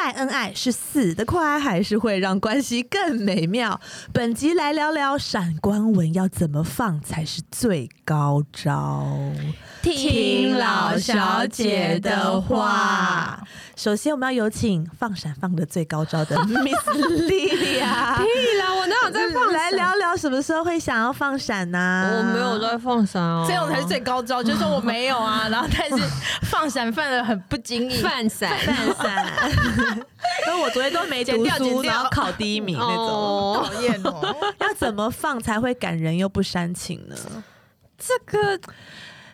爱恩爱是死得快，还是会让关系更美妙？ 本集来聊聊闪光文要怎么放才是最高招。听老小姐的话。首先，我们要有请放闪放的最高招的 Miss Lilia， 屁啦，我哪有在放来聊聊什么时候会想要放闪啊呢、我没有在放闪哦，这种才是最高招，就是说我没有啊，然后但是放闪放的很不经意，放闪。 放闪， 因为我昨天都没读剪掉书，剪掉然后考第一名那种。哦，讨厌哦。 要怎么放才会感人又不煽情呢？这个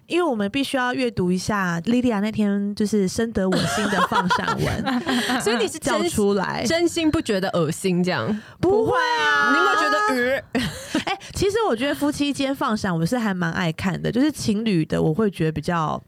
因为我们必须要阅读一下莉莉亚那天就是深得我心的放闪 文，所以你是叫真出来，真心不觉得恶心这样？你不会啊？有没有觉得呃？哎、其实我觉得夫妻间放闪，我是还蛮爱看的，就是情侣的，我会觉得比较，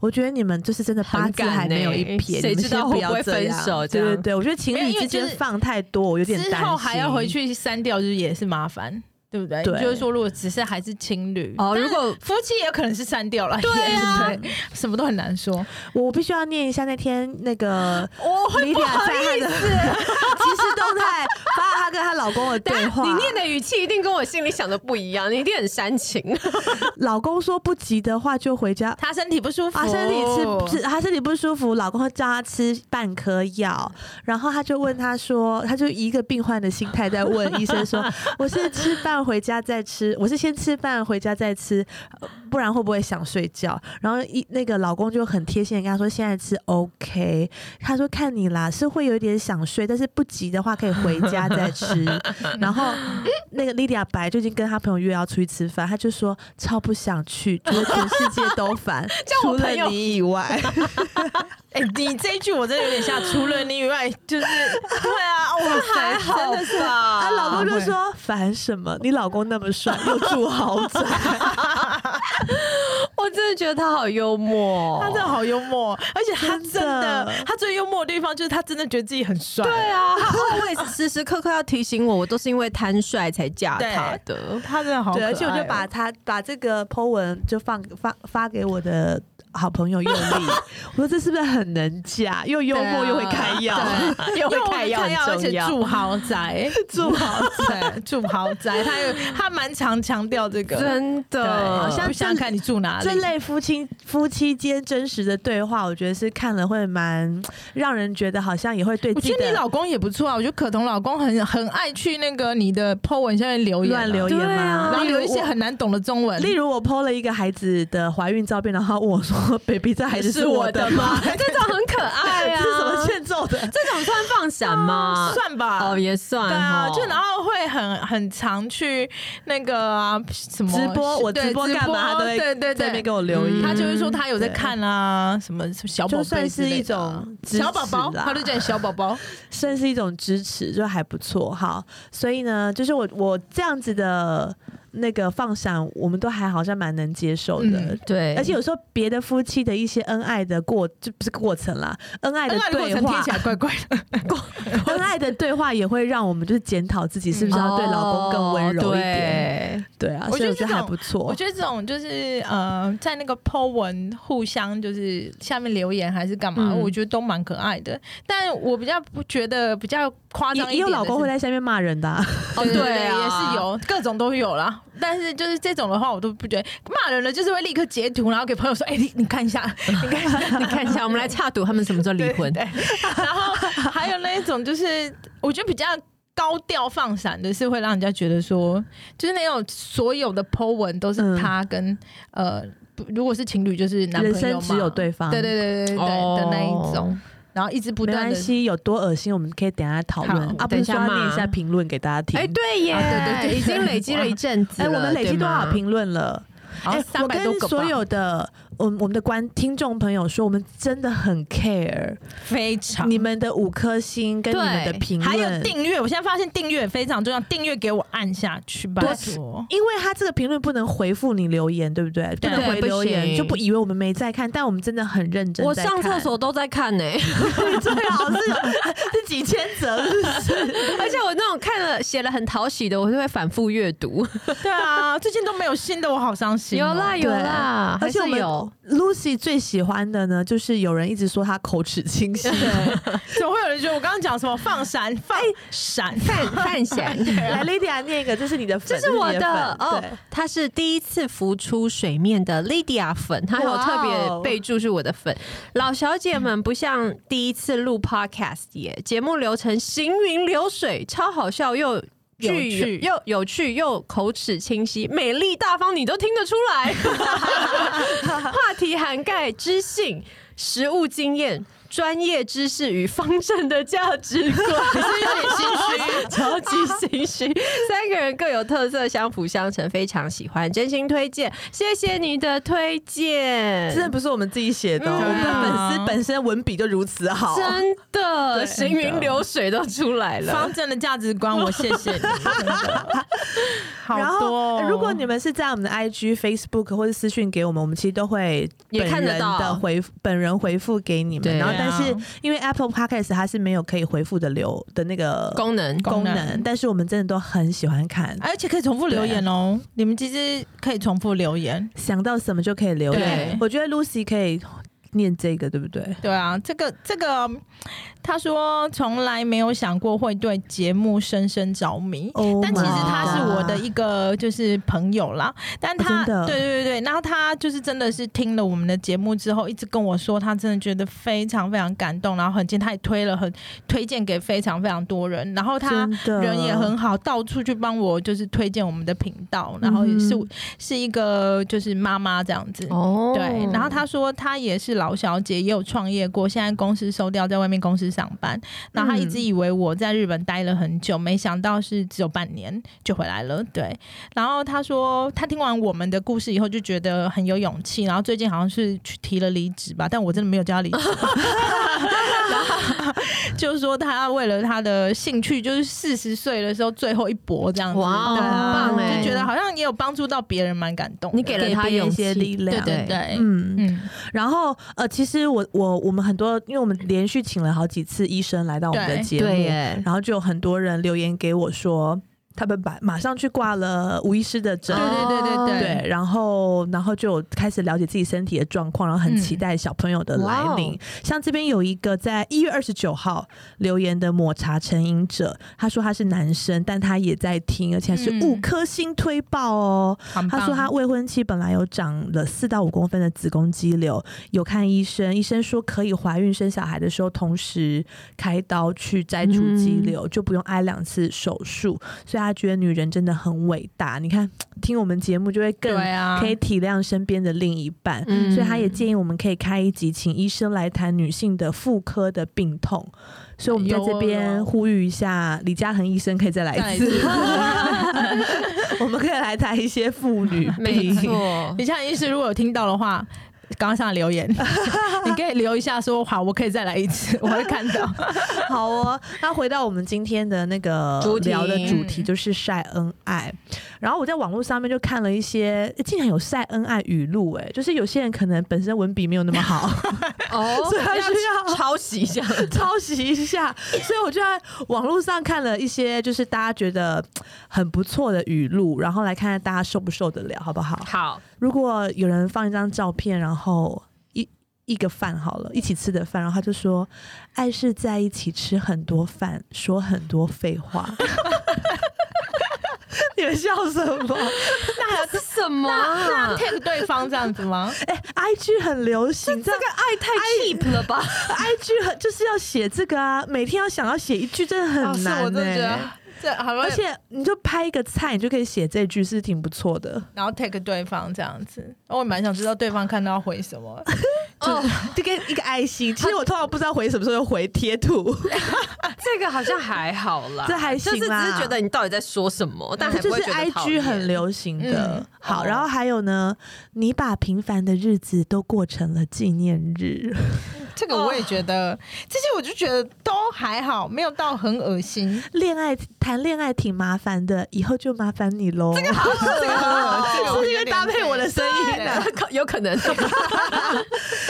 我觉得你们就是真的八很字敢还没有欸一撇，谁你们知先道不会要不会这分样手对这对样对，我觉得情没有侣因为之就间是放太多，我有点之担心。后还要回去删掉，就是也是麻烦，对不对？对就是说，如果只是还是情侣，哦，如果夫妻也有可能是删掉了，对啊对，什么都很难说。我，我必须要念一下那天那个我莉莉亚在她的即 时动态发她跟她老公的对话，你念的语气一定跟我心里想的不一样，你一定很煽情。老公说不急的话就回家他身体不舒服，啊，身体吃吃， 哦他身体不舒服，老公会叫他吃半颗药，然后他就问他说，他就以一个病患的心态在问医生说， 我是吃饭回家再吃，我是先吃饭回家再吃，呃不然会不会想睡觉？然后一那个老公就很贴心的跟他说，现在吃 OK，他说看你啦，是会有点想睡，但是不急的话可以回家再 吃。然后那个莉迪亚白就已经跟她朋友约要出去吃饭，她就说超不想去，觉得全世界都烦， 叫除我了朋友你以外。哎、你这一句我真的有点吓，除了你以外，就是对啊，哇塞，真的是 啊她老 公就说烦什么？你老公那么帅，又住豪宅， 我真的觉得他好幽默，他真的好幽默，而且他真的，真的他最幽默的地方就是他真的觉得自己很帅。对啊，他 always 时时刻刻要提醒我，我都是因为贪帅才嫁他的。他真的好可对，爱哦而且我就把他把这个 po 文就放发发给我的。好朋友佑 力，我说这是不是很能嫁，又幽默对啊又会开 药，对又又会会开开药药很而且重要住豪 宅，住豪宅，住豪宅，他有他蛮常强调这个，真对，的，好像想看你住哪里，这类夫妻夫妻间真实的对话，我觉得是看了会蛮让人觉得好像也会对我自己觉得你的老公也不错啊，我觉得可彤老公很很爱去那个你的 po 文下面留言啊、乱留言对啊吗？然后例有如一些我很难懂的中文，例如我 PO 了一个孩子的怀孕照片，然后他问我 说：“baby，这孩子我的吗？ 这种很可 爱这啊，是什么欠揍的这种算放闪啊吗？算吧，哦，也算对啊，哦就然后会很很常去那个啊什么直播？我对直播干嘛？他都会对对在那边对给。我留言。嗯他就会说他有在看啊，什么什么小宝就贝算之是一类的啊，种支小宝宝，持啦他就叫你小宝宝。算是一种支持，就还不错哈。所以呢，就是我我这样子的那个放闪，我们都还好像蛮能接受的。嗯对，而且有时候别的夫妻的一些恩爱的过，就不是过程啦，恩爱的那如果对成听话起，来怪怪的，恩爱的对话也会让我们就是检讨自己是不是嗯要对老公更温柔一点。哦点。对啊，我所觉以我觉得这得种还不错我。觉得这种就是呃，在那个 Po 文互相就是下面留言还是干嘛，嗯我觉得都蛮可爱的。但我比较不觉得比较夸张也也一点有的是，老公会在下面骂人的、啊，哦，对对啊，也是。有各种都有啦。但是就是这种的话，我都不觉得骂人了，就是会立刻截图，然后给朋友说：“哎、你你看一下，你看一 下。你看一下，我们来查赌他们什么时候离婚。对”然后 还有那一种，就是我觉得比较。高调放闪的是会让人家觉得说，就是那种所有的 po 文都是他跟、呃，不如果是情侣就是男朋友嗯人嘛生只有对方。对对对对对对、的那一种，哦，然后一直不没断关的系，有多恶心，我们可以等一下讨论好啊。不等一是下说要骂念一下评论给大家听？哎，对耶，啊对对对已经累积了一阵子哎、了。我们累积对多吗少？评论了？好像哎我300多跟个吧所有的我们我们的观听众朋友说，我们真的很 care 非常你们的五颗星跟你们的对评论，还有订阅，我现在发现订阅非常重要，订阅给我按下去，拜托。因为他这个评论不能回复你留言，对不对？不对能回留不言，行就不以为我们没在看，但我们真的很认真。我上 厕，所都在看呢， 最好是有是几千则，是不是而且我那种看了写了很讨喜的，我就会反复阅读。对啊，最近都没有新的，我好伤心哦、有啦有啦， 而且我还是们有 好，Lucy 最喜欢的呢，就是有人一直说她口齿清晰。怎么会有人觉得我刚刚讲什么放闪放闪？哎范范闲， 来，Lady 啊，念一个，这是你的粉，这是我你的粉哦，它是第一次浮出水面的 Lydia 粉，它还有特哇哦别备注是我的粉。哦老小姐们不像第一次录 Podcast 耶，节目流程行云流水，超好笑又。具有趣又有趣又口齿清晰，美丽大方，你都听得出来。 话题涵盖知性、实务经验、专业知识与丰盛的价值观，是有点心虚， 超级心虚。三个人各有特色，相辅相成，非常喜欢，真心推荐，谢谢你的推荐，对，真的不是我们自己写的哦，嗯我们对啊的粉丝本身文笔就如此好。真的对行云流水都出来了方。正的价值观，我谢谢你。真的好然多后哦、，如果你们是在我们的 IG、Facebook 或者私讯给我们，我们其实都会也本看得人到的回复本人回复给你们。对然后，啊但是因为 Apple Podcast 它是没有可以回复的流的那个功能功功能能，但是我们真的都很喜欢看，而且可以重复留言哦，你们其实可以重复留言。想到什么就可以留言对。我觉得 Lucy 可以念这个，对不对？对啊，这个这个，他说从来没有想过会对节目深深着迷。哦，但其实他是我的 my god 一个就是朋友啦，但他、真的对对对，然后他就是真的是听了我们的节目之后，一直跟我说他真的觉得非常非常感动，然后很近他也推了很推荐给非常非常多人，然后他真的人也很好，到处去帮我就是推荐我们的频道，然后也是、嗯哼是一个就是妈妈这样子。哦对，嗯然后他说他也是老小姐，也有创业过，现在公司收掉，在外面公司上班。然后他一直以为我在日本待了很久，没想到是只有半年就回来了。对，然后他说他听完我们的故事以后就觉得很有勇气，然后最近好像是去提了离职吧，但我真的没有叫 他离职。然后就说他为了他的兴趣，就是四十岁的时候最后一搏这样子，哇哦对啊很棒欸就觉得好像也有帮助到别人，蛮感动的。你给了给他别人勇一些气力量对对对，嗯。嗯然后呃，其实我我我们很多，因为我们连续请了好几次医生来到我们的对节对目，耶，然后就有很多人留言给我说，他们把马上去挂了吴医师的诊。对对对哦对对，然后然后就有开始了解自己身体的状况，然后很嗯期待小朋友的哇来哦临。像这边有一个在一月二十九号留言的抹茶成瘾者，他说他是男生，但他也在听，而且还是嗯五颗星推爆哦。很棒他说他未婚妻本来有长了四到五公分的子宫肌瘤，有看医生，医生说可以怀孕生小孩的时候同时开刀去摘除肌嗯瘤，就不用挨两次手术，所以他觉得女人真的很伟大。你看，听我们节目就会更对啊，可以体谅身边的另一半。嗯所以他也建议我们可以开一集，请医生来谈女性的妇科的病痛。所以我们在这有边哦呼吁一下，李嘉恒医生可以哎再来一次， 我们可以来谈一些妇女 没病。错，李佳医师如果有听到的话，刚刚上来留言， 你可以留一下说好，我可以再来一次，我会看到。好哦，那回到我们今天的那个主题聊的主题，就是晒恩爱。然后我在网络上面就看了一些，诶竟然有晒恩爱语录，哎，就是有些人可能本身文笔没有那么好， 哦所以他需要抄袭一下，抄袭 一下，所以我就在网络上看了一些，就是大家觉得嘖很不错的语录，然后来看看大家受不受得了，好不好？好，如果有人放一张照片，然后一一个饭好了，一起吃的饭，然后他就说：“爱是在一起吃很多饭，说很多废 话。”你们笑什么？那是什么啊？ take 对方这样子吗？ 哎、i g 很流行，这个爱太 cheap 了吧？ IG 很就是要写这个啊，每天要想要写一句，真的很难、欸。哦我真的觉得这好而而且且你就拍一个菜，你就可以写这句，是挺不错的。然后 take 对方这样子，我也蛮想知道对方看到回什么。哦， 就跟一个爱心，其实我通常不知道回什么时候就回贴 图， 这个好像还好啦，这还行就是只啦是觉得你到底在说什么，但还不就会是觉得讨 IG 厌很流行的。嗯好，哦然后还有呢，你把平凡的日子都过成了纪念日， 这个我也觉得，这些我就觉得都还好，没有到很恶 心。恋爱谈恋爱挺麻烦的，以后就麻烦你哦喽。这 个好，这个很恶心，这个 是因为搭配我的声音的。可有可能啊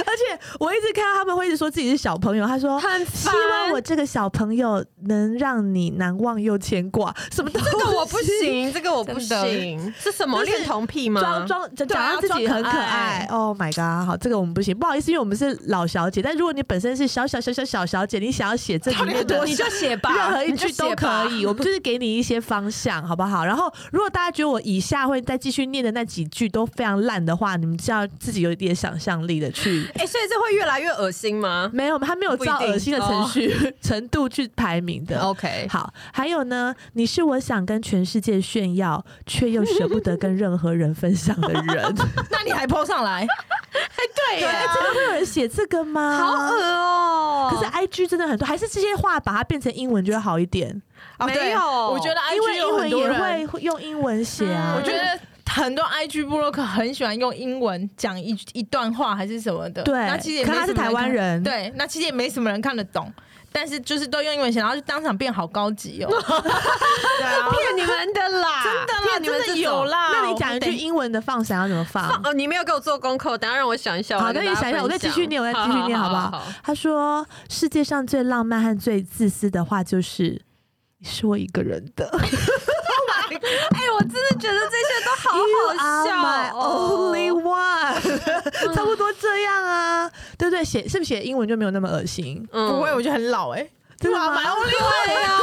而且我一直看到他们会一直说自己是小朋友，他说很希烦。望我这个小朋友能让你难忘又牵挂，什么都这个我不行，这个我不真的行，是什么就是恋童癖吗？装装假对啊假装自己装很可可爱爱。 Oh my god！好，这个我们不行，不好意思，因为我们是老小姐。但如果你本身是小小小小小小姐，你想要写这里面多的你就写吧，任何一你就句都写吧可以，我们就是给你一些方向，好不好？然后，如果大家觉得我以下会再继续念的那几句都非常烂的话，你们就要自己有一点想象力的 去。哎、所以这会越来越恶心吗没有，他没有不一照定哦恶心的 程序、程度去排名的。 ？OK，好，还有呢，你是我想跟全世界炫耀，却又舍不得跟任何人分享的人。 那你还 PO 上来？对哎、啊真的会有人写这个吗？好恶哦、可是 I G 真的很多，还是这些话把它变成英文就会好一点，哦没对有我觉得 IG 因为有英很文多也人会会用英文写啊。嗯我觉得很多 IG 布洛克很喜欢用英文讲一一段话还是什么的，对那其实也没可他是什么台湾人看对，那其实也没什么人看得懂，但是就是都用英文写，然后就当场变好高级哦，对啊，骗你们的啦， 真的啦，骗你们真的这种有。啦，那你讲一我句们得。英文的放闪要怎么放？哦，你没有给我做功课，等下让我想一想。好跟那大你家想一想我再分享继续念我再继续念好不好他说：“世界上最浪漫和最自私的话就是。”你是我一个人的哎、我真的觉得这些都，You are 好好 my 笑、哦。嗯 only one，差不多这样啊，对不对？写是不是写英文就没有那么恶心？嗯不会，我觉得很老哎、真的哇吗蛮 only one 对啊。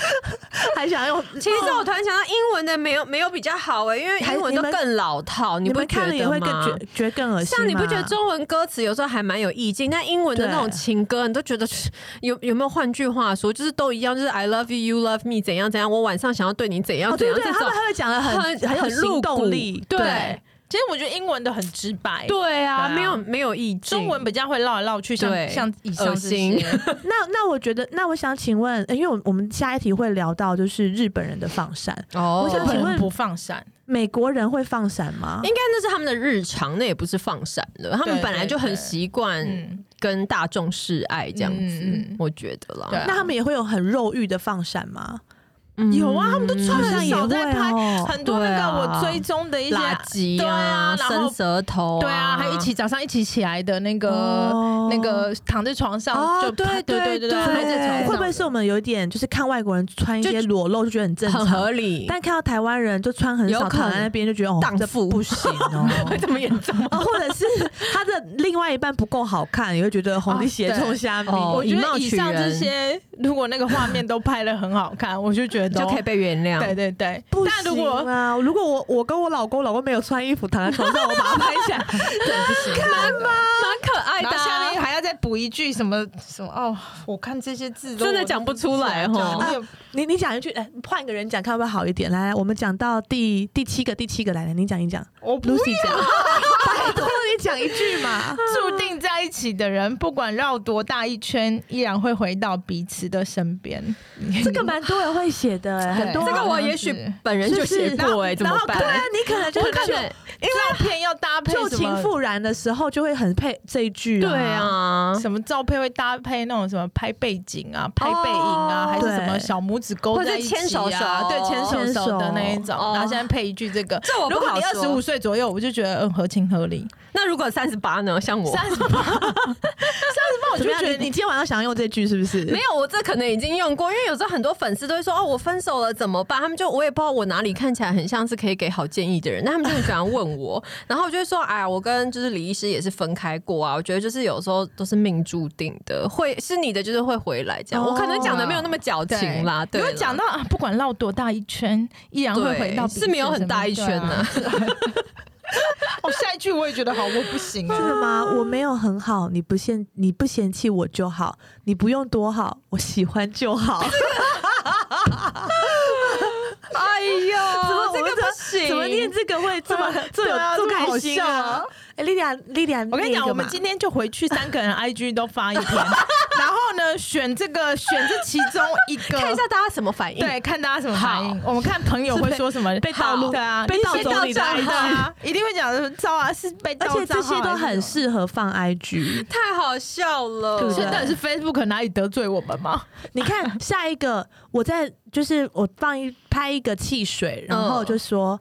还想用？其实我突然想到，英文的没有没有比较好哎、因为英文都更老套，你不们觉看了也得会更吗？觉觉得更恶心吗。像你不觉得中文歌词有时候还蛮有意境，但英文的那种对情歌，你都觉得 有有没有？换句话说，就是都一样，就是 I love you, you love me，怎样怎样，我晚上想要对你怎样哦，怎对样，对，这他种们还会讲的很很有行露骨动力，对其实我觉得英文的很直白，对啊，对啊没有没有意境。中文比较会绕来绕去，像对像以上恶这心些，那那我觉得，那我想请问，呃因为我我们下一题会聊到就是日本人的放闪，哦 我日想本请人问不放闪，美国人会放闪吗应？该那是他们的日常，那也不是放闪的，他们对本来就对很对习惯嗯，跟大众示爱这样嗯嗯子嗯，我觉得啦。对啊那他们也会有很肉欲的放闪吗？嗯有啊，他们都穿好像很也少在会拍，哦很多那对个啊我追踪的一些垃圾对啊啊，，然伸后舌头，对啊，还一起早上一起起来的那个哦那个躺在床上哦就对拍对对对对对对，拍在床上会不会是我们有一点就是看外国人穿一些裸露就觉得很正很常合，理，但看到台湾人就穿很有少可能躺在那边就觉得哦，荡这妇不行 哦。这么严重哦，或者是他的另外一半不够好看，也会觉得红哦你血对冲虾米。哦我觉得以上以貌取这人些，如果那个画面都拍的很好看，我就觉 得就可以被原谅。对对对。不但如行果啊！如果我我跟我老公，老公没有穿衣服躺在床上，我把他拍起来， 看吧，蛮可爱然的后下面啊。还要再补一句什么什么哦，我看这些字都真的我讲不出来讲哦没有你你讲一句，哎，换一个人讲，看会不会好一点？来，来我们讲到第第七个，第七个，来来，你讲一讲我不，Lucy 讲， 拜托你讲一句嘛。注定在一起的人，不管绕多大一圈，依然会回到彼此的身边。 这个蛮多人会写的，哎对很多这个我也许本人就写过哎，怎么对啊办？，你可能就我是可能照片要搭配旧什情么复燃的时候，就会很配这一句。对，啊，什么照片会搭配那种什么拍背景啊、拍背影啊，哦还是什么小拇指勾在一起或啊，者牵手手对牵手手的那一种，哦然后现在配一句这个。这我如不果好你二十五说。岁左右，我就觉得嗯合情合理。那如果三十八呢？像我 三十八，三十八，我怎就么样？觉你得你今天晚上想要用这句是不是？没有，我这可能已经用过，因为有时候很多粉丝都会说哦，我分手了怎么办？他们就我也不知道我哪里看起来很像是可以给好建议的人，那他们就很喜欢问我，然后我就会说，哎呀，我跟就是李医师也是分开过啊，我觉得就是有时候都是命注定的，会是你的就是会回来这样。我可能讲的没有那么矫情啦，对哦如啦，果讲到啊不管绕多大一圈，依然会回到对是没有很大一圈呢啊。哦，下一句我也觉得好，我不 行真的吗？我没有很好，你不嫌你不嫌弃我就好，你不用多好，我喜欢就好。 哎么呦，怎这我们 个怎么不行？怎么念这个会这 么这对啊么这么这么好开心啊笑啊？哎，莉莉亚，莉莉亚，我跟你念一讲，个我们嘛今天就回去三个人 IG 都发一 篇，然后呢选这个选这其中一个，看一下大家什么反应？对，看大家什么反应。我们看朋友会说什么，被盗录对啊，被盗走你的对 IG 啊，一定会讲说照啊是被盗而账号还且是什这么，些都很适合放 IG。太好笑了，对不所对以到底是 Facebook 哪里得罪我们吗？你看下一个，我在就是我放一拍一个汽水，然后就说。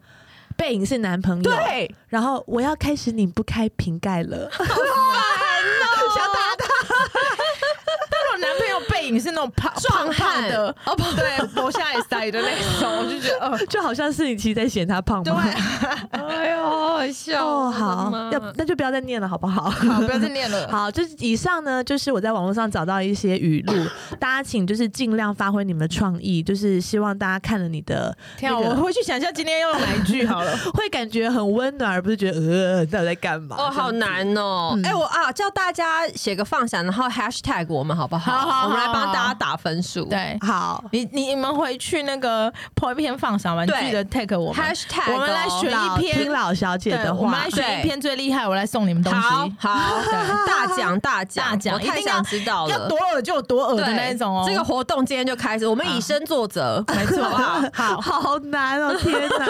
背影是男朋友，对，然后我要开始拧不开瓶盖了，哦 影是那种胖壮汉胖胖的，哦胖对，脖下也塞的那 种，我就觉得，呃，就好像是你其实在嫌他胖对，啊吗？ 哎呦，好笑哦，好，要那就不要再念了，好不好？ 好，不要再念了。好，就是以上呢，就是我在网络上找到一些语录，大家请就是尽量发挥你们的创意，就是希望大家看了你的天啊，那我个回去想一下今天要用哪一句好了。会感觉很温暖，而不是觉得呃，你到底在干嘛？哦，好这样子。难哦！哎、我啊，叫大家写个放闪，然后 hashtag 我们好不好？好好好我们来好帮大家打分数。 对，好，你你你们回去那个 po 一篇放赏完，对记得 take 我们。 ，hashtag 我们来哦选老一篇听老小姐对，的我们话来，对选一篇最厉害，我来送你们东哦好西。好 大奖大奖大奖我太一定要想知道要了多。耳就有多耳对的那一种哦。这个 活动今天就开始，我们以身作则，没错，好不 好？好，好难哦，天哪！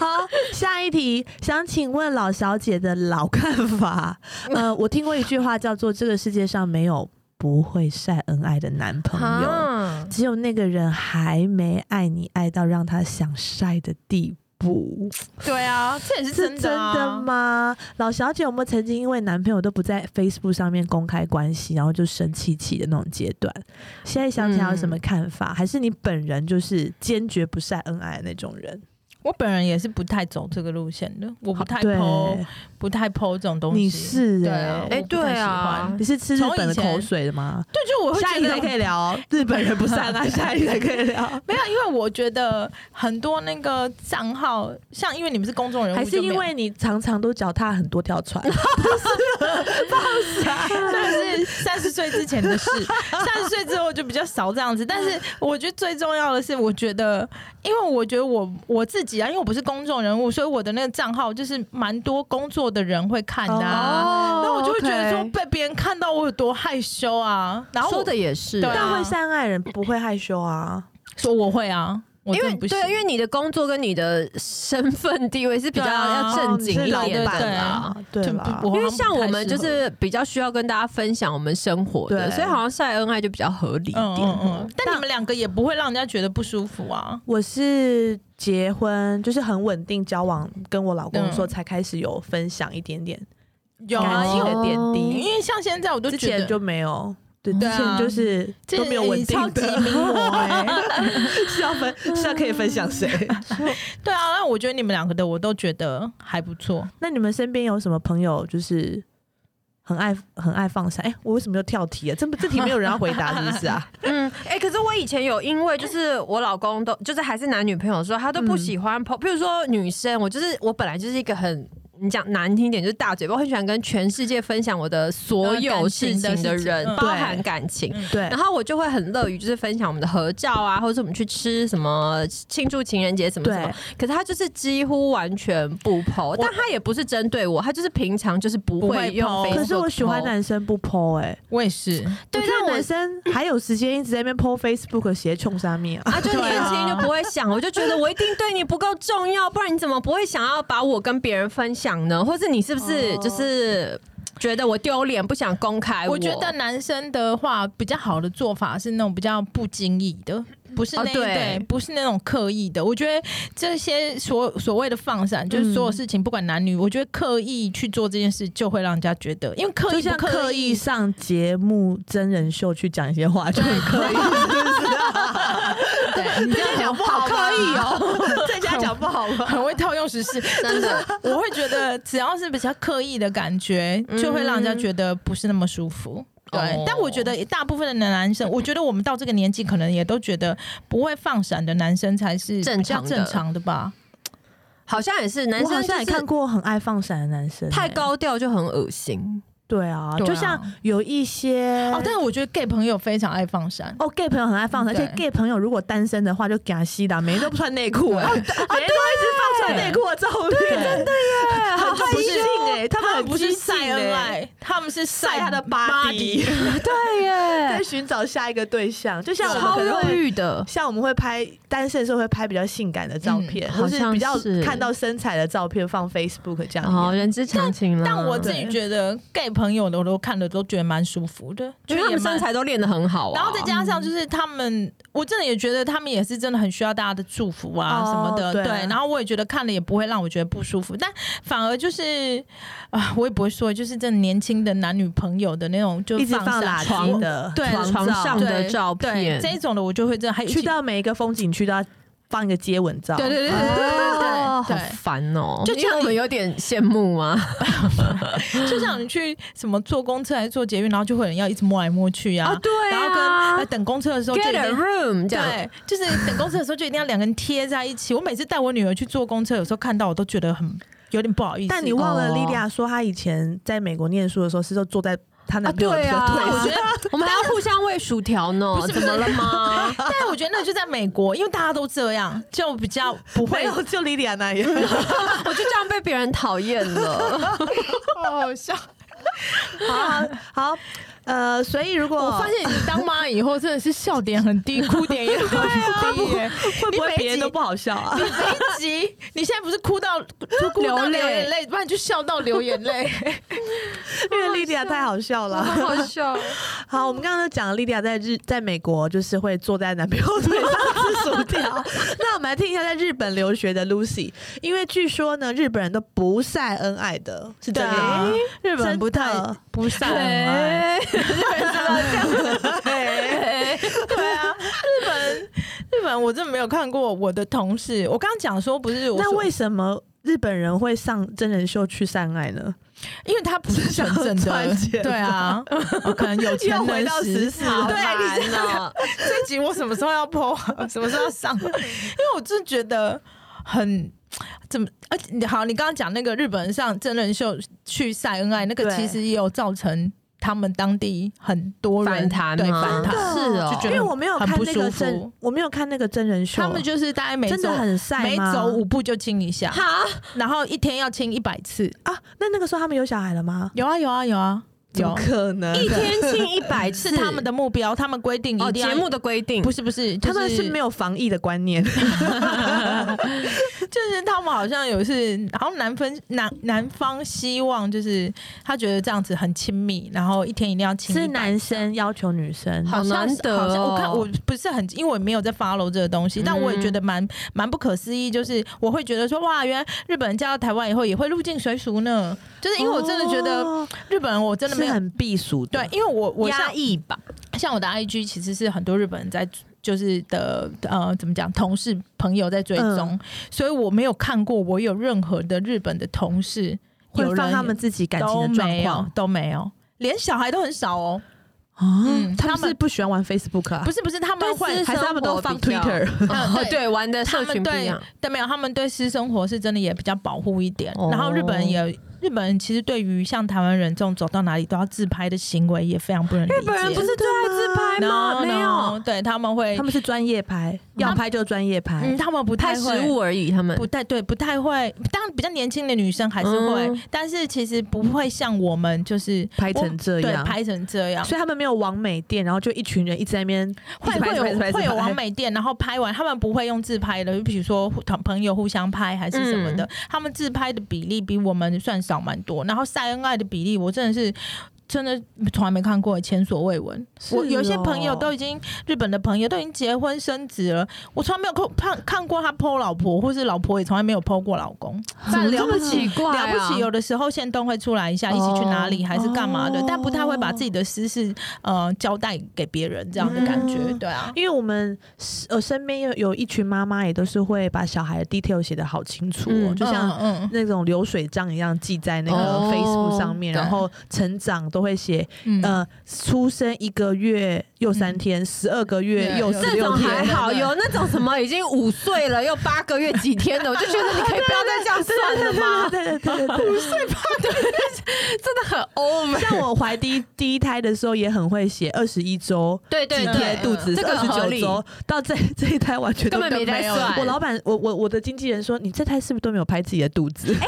好，下一题，想请问老小姐的老看法。呃，我听过一句话叫做“这个世界上没有不会晒恩爱的男朋友”，啊只有那个人还没爱你，爱到让他想晒的地步，对啊，这也是是真真的啊的？吗？老小姐有没有曾经因为男朋友都不在 Facebook 上面公开关系，然后就生气气的那种阶段？现在想起来有什么看法？嗯还是你本人就是坚决不晒恩爱的那种人？我本人也是不太走这个路线的，我不太对， po，不太 po 这种东西。你是对欸啊，哎我不太对啊喜欢你是吃日本的从以前口水的吗？对，就我会下觉一得台可以聊哦日本人不晒恩爱，下一啊台可以 聊。没有，因为我觉得很多那个账号，像因为你们是公众人物，还是就没因有为你常常都脚踏很多条船，那 是三十岁之前的事，三十岁之后就比较少这样子。但是我觉得最重要的是，我觉得，因为我觉得我我自己啊，因为我不是公众人物，所以我的那个账号就是蛮多工作的人会看的、啊。哦那我就会觉得说 OK 被别人看到我有多害羞啊，然后我说的也是，对啊但会晒恩爱的人不会害羞啊。说我会啊，我因真为的不行对，因为你的工作跟你的身份地位是比较对啊要正经一点哦你是的老啦板。对就啦不我因好为不像太我哦们就适合是比较需要跟大家分享我们生活的，对所以好像晒恩爱就比较合理一嗯点。哦嗯嗯，但你们两个也不会让人家觉得不舒服啊。我是结婚，就是很稳定交往，跟我老公说嗯才开始有分享一点点有感啊，情因为的点滴，因为像现在我都之觉得前就没有。对，之对啊前就是这都没有你稳定超级的，名模哎、 是要分是要可以分享谁？对啊，那我觉得你们两个的我都觉得还不错。 那你们身边有什么朋友就是很爱很爱放闪？哎、我为什么又跳题啊？这不这题没有人要回答，是不是啊？嗯，哎、可是我以前有因为就是我老公都 就是还是男女朋友的时候，他都不喜欢朋，譬如说女生，我就是我本来就是一个很。你讲难听点就是大嘴巴，我很喜欢跟全世界分享我的所有事呃情的人，呃感情的事情嗯包含感情。对然，后我就会很乐于就是分享我们的合照啊，或者是我们去吃什么庆祝情人节什么什么对。可是他就是几乎完全不剖，但他也不是针对我，他就是平常就是不不会会用 po Facebook 可是我喜欢 po 男生不 PO 哎、我也是，对我看但我男生还有时间一直在那边 PO Facebook 斜冲上面啊。啊，就对年啊轻就不会想，我就觉得我一定对你不够重要，不然你怎么不会想要把我跟别人分享呢？或是你是不是哦就是觉得我丢脸，不想公开我觉得男生的话比较好的做法是那种比较不经意的，不是哦那、对不是那种刻意的。我觉得这些所所谓的放闪，就是所有事情不管男女，我觉得刻意去做这件事就会让人家觉得，因为刻就意不像刻刻意意。上节目真人秀去讲一些话，就很刻意，对，你这样讲不好好刻意哦， 在家讲不好吗？很会套用时事，真的我会觉得只要是比较刻意的感觉，就会让人家觉得不是那么舒服。对，嗯哦但我觉得大部分的男生，我觉得我们到这个年纪，可能也都觉得不会放闪的男生才是正比较常的正常的吧？好像也是男我好生像也就是看过很爱放闪的男生、欸。太高调就很恶心。对啊，对啊就像有一些哦，但是我觉得 gay 朋友非常爱放闪。呃哦，gay 朋友很爱放闪，而对且 gay 朋友如果单身的话，就给他吸的，每天都不穿内裤、哦对哎，每天都一直放穿内裤的照片，真的啊耶，好害羞哎，他他们们很不是激进晒恩欸哎，爱，他们是晒晒他的啊 body，body 对在耶，寻找下一个对象，就像我们超可能忧会。郁的。像我们会拍单身的时候会拍比较性感的照片，嗯或好像比较是看到身材的照片放 Facebook 这样。哦，人之常情啦。但我自己对觉得 gay 朋友的我都看了都觉得蛮舒服的，觉得就他也们身蛮材都练得很好啊，然后再加上就是他们，我真的也觉得他们也是真的很需要大家的祝福啊哦什么的，对啊对。然后我也觉得看了也不会让我觉得不舒服，但反而就是啊，我也不会说，就是这年轻的男女朋友的那种，就一直放放垃闪圾的对床照上的对照对片，这一种的，我就会这样，还一起去到每一个风景区都要放一个接吻照。对对对对嗯对哦对好对烦哦！就就觉觉得得我们有点羡慕啊吗？对，就像你去什么坐公车还是坐捷运，然后就会有人要一直摸来摸去 啊，对然后跟、呃、等公车的时候就一 get 定 a room 这样，对，就是等公车的时候就一定要两个人贴在一起。我每次带我女儿去坐公车，有时候看到我都觉得很有点不好意思。但 你忘了莉莉亚说，她以前在美国念书的时候是都坐在她男朋友的腿啊对啊上我觉得， 我们还要互相喂薯条呢，不是不怎是么了 吗？但我觉得那就在美国，因为大家都这样，就比较不没会。 有就莉莉亚那样。我就这样被别人讨厌了。好笑！好好好，呃，所以如果我发现你当妈以后真的是笑点很低，哭点也很低耶。会不你每会一别人集都不好笑啊你？每一集，你现在不是哭到就哭流到泪流眼泪，不然就笑到流眼泪。 因为莉莉亚太好笑了。好笑，好，我们刚刚都讲了莉莉亚在日在美国就是会坐在男朋友腿上吃薯条。那我们来听一下在日本留学的 Lucy，因为据说呢，日本人都不晒恩爱的，是真的吗。日日本不太 不善爱。对啊，日本日本我真的没有看过。我的同事，我刚刚讲说不是我说，那为什么日本人会上真人秀去晒恩爱呢？因为他不是纯正赚的，钱对啊，我可能 有钱又回能到使时事了好对啊难 呢。这集我什么时候要播？ 什么时候要上？因为我真的觉得很怎么，而且好，你刚刚讲那个日本人上真人秀去晒恩爱，那个对其实也有造成他们当地很多人反弹对吗反真弹的，是哦就觉因得为我没有很看不那个舒服真，我没有看那个真人秀，他们就是大概每真的走很晒每吗走五步就亲一下，哈，然后一天要亲一百次。啊。那那个时候他们有小孩了吗？有啊有啊有啊怎么有，可能一天亲一百次，是他们的目标，他们规定哦一定要节目的规定不，是不是，就他们 是没有防疫的观念，就是他们好像有是，好像男分男男方希望就是他觉得这样子很亲密，然后一天一定要亲100是男生要求女生。好好像难是得好像我看哦我不是很，因为我没有在 follow 这个东西，但我也觉得蛮蛮不可思议。就是我会觉得说，哇，原来日本人嫁到台湾以后也会入境随俗呢。就是因为我真的觉得哦日本人，我真的没是有很避暑的，对，因为我我像抑吧。像我的 IG 其实是很多日本人在就是的呃怎么讲同事朋友在追踪，嗯所以我没有看过我有任何的日本的同事有会人放他们自己感都情的状没有况。都没有，连小孩都很少哦。哦嗯，他他们们是不喜欢玩 Facebook 啊不？是不是，他们对会是还是他们都放生活比较 Twitter？啊对哦对，玩的他社群们不一对样。对没有，他们对私生活是真的也比较保护一点。哦然后日本人也。日本人其实对于像台湾人这种走到哪里都要自拍的行为也非常不能理解。日本人不是最爱自拍 no, 吗？没 no，有，对他们会他，们是专业拍，要拍就专业拍嗯嗯，。他们不太拍会食物而已。他们不太对，不太会。当然，比较年轻的女生还是会，嗯但是其实不会像我们就是拍成这对样，拍成这样，所以他们没有往美店，然后就一群人一直在那边会一直拍会一直拍有一直会拍有完美店，然后拍完他们不会用自拍的，就比如说互朋友互相拍还是什么的，嗯他们自拍的比例比我们算少蛮多。然后晒恩爱的比例，我真的是。真的从来没看过，前所未闻。我是有一些哦朋友都已经日本的朋友都已经结婚生子了，我从来没有看看看过他剖老婆，或是老婆也从来没有剖过老公。怎么了这不么奇起怪啊？了不起，有的时候线动会出来一下，一起去哪里还是干嘛的，哦但不太会把自己的私事呃交代给别人这样的感觉，嗯对啊。因为我们呃身边有有一群妈妈也都是会把小孩的 detail 写的好清楚哦，嗯就像嗯那种流水账一样记在那哦个 Facebook 上面，对然后成长都会写，嗯嗯呃，出生一个月又三天，十二个月对又对十这六种还天。好，有那种什么已经五岁了又八个月几天的，我就觉得你可以不要再这样算了吗？对对对对对，真的很 over。像我怀第一第一胎的时候也很会写二十一周对对几对天，肚子这二个十合九理周，到这 这一胎完全都根本没在算。我老板，我我我的经纪人说，你这胎是不是都没有拍自己的肚子？哎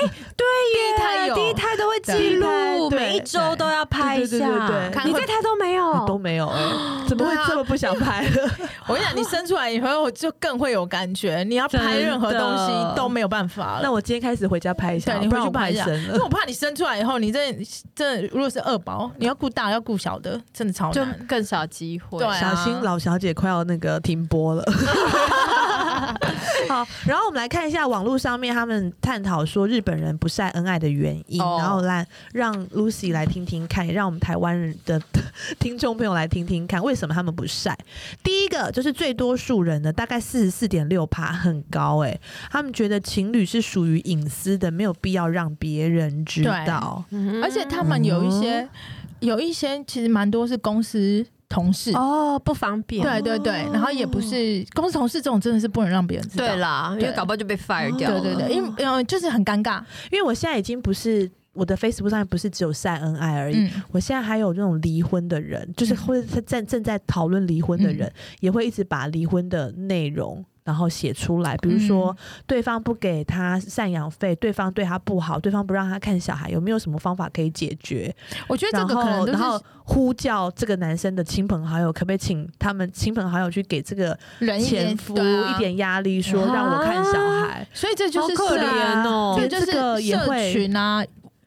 第一胎有第一胎都会对记录，对每一周都要拍一下。对对对对对你这胎都没 有，都没有、哦欸，怎么会对啊这么不想拍 了？我跟你讲，你生出来以后就更会有感觉，你要拍真的任何东西都没有办法那了。我今天开始回家拍一下，对你不回然去我拍快一下生因为了。我怕你生出来以后，你真的真的如果是二宝，你要顾大要顾小的，真的超就难。更少机会。对啊 小心老小姐快要那个停播了。好，然后我们来看一下网络上面他们探讨说日本人不晒恩爱的原因，哦然后来让 Lucy 来听听看，也让我们台湾人的 听众朋友来听听看，为什么他们不晒？第一个就是最多数人呢，大概四十四点六趴，很高哎、他们觉得情侣是属于隐私的，没有必要让别人知道。嗯而且他们有一些，有一些其实蛮多是公司同事，哦不方便，对对对，然后也不是公司同事这种真的是不能让别人知道。对啦，因对哦为搞不好就被 fire 掉对了。对对，因为呃就是很尴尬，因为我现在已经不是我的 Facebook 上面不是只有晒恩爱而已，嗯，我现在还有那种离婚的人，就是嗯会在正正在讨论离婚的人，也会一直把离婚的内容。然后写出来，比如说嗯对方不给他赡养费，对方对他不好，对方不让他看小孩，有没有什么方法可以解决？我觉得这然个可能后，都然后是呼叫这个男生的亲朋好友，可不可以请他们亲朋好友去给这个人一点前夫对啊一点压力，说啊让我看小孩？所以这就是好可社怜哦对这就这是个也社会群啊，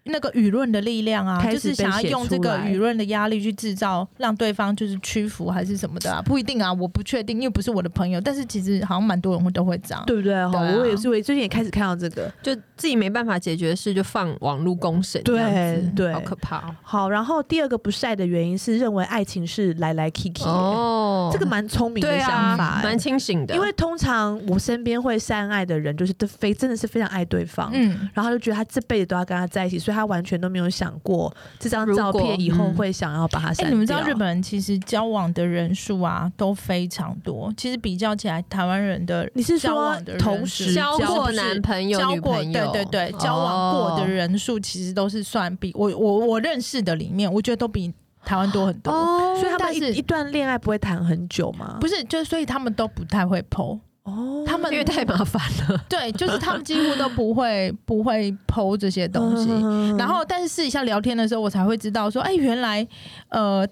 那个舆论的力量啊，开就始是想要被写用这出个来舆论的压力去制造，让对方就是屈服还是什么的啊，不一定啊，我不确定，因为不是我的朋友，但是其实好像蛮多人会都会这样。对不对？哈、对啊我也是，我也最近也开始看到这个。就自己没办法解决的事，就放网络公审，对这样子对好可怕哦好，然后第二个不晒的原因是认为爱情是来来 kiki，、哦、哦。这个蛮聪明的对想法啊，欸、蛮清醒的，因为通常我身边会晒恩爱的人，就是都非真的是非常爱对方。嗯，然后他就觉得他这辈子都要跟他在一起，所以他完全都没有想过这张如果照片以后嗯会想要把它哎、删掉。你们知道日本人其实交往的人数啊都非常多，其实比较起来，台湾人的你是交说往的人同是时嗯交交过不是男朋友、交女过朋对友，哦对对，交往过的人数其实都是算比、我我我认识的里面，我觉得都比台湾多很多。哦，所以他但们是一一段恋爱不会谈很久吗？不是，就是所以他们都不太会剖， 哦，他们因为太麻烦了，对，就是他们几乎都不会不会剖这些东西。嗯然后，但是私底下聊天的时候，我才会知道说，哎、原来，呃，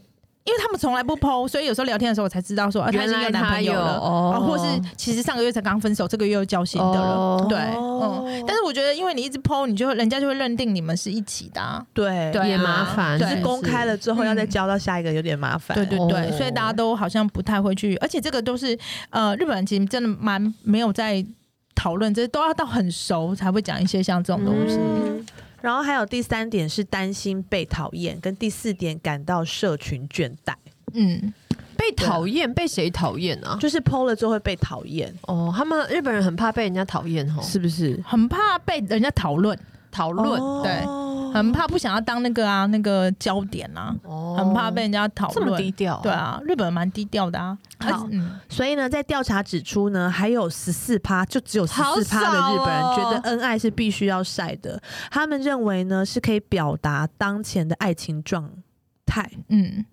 因为他们从来不剖，所以有时候聊天的时候，我才知道说，啊，他已原经来有男他朋友有了，啊、哦或是其实上个月才刚分手，这个月又交新的了。哦对，哦嗯，但是我觉得，因为你一直剖，你就会人家就会认定你们是一起的、啊，对对啊也麻烦，对嗯就是公开了之后要再交到下一个有点麻烦。对对对，哦所以大家都好像不太会去，而且这个都是呃，日本人其实真的蛮没有在讨论，这都要到很熟才会讲一些像这种东西。嗯然后还有第三点是担心被讨厌，跟第四点感到社群倦怠，嗯，被讨厌，被谁讨厌啊？就是剖了之后会被讨厌，哦，他们日本人很怕被人家讨厌哦，不是？很怕被人家讨论，讨论哦对很怕不想要当那个啊那个焦点啊，哦很怕被人家讨这么低论。调啊，对啊，日本人蛮低调的啊。好而且嗯，所以呢，在调查指出呢，还有十四趴，就只有十好四少趴的日本人哦觉得恩爱是必须要晒的，他们认为呢是可以表达当前的爱情状态。嗯，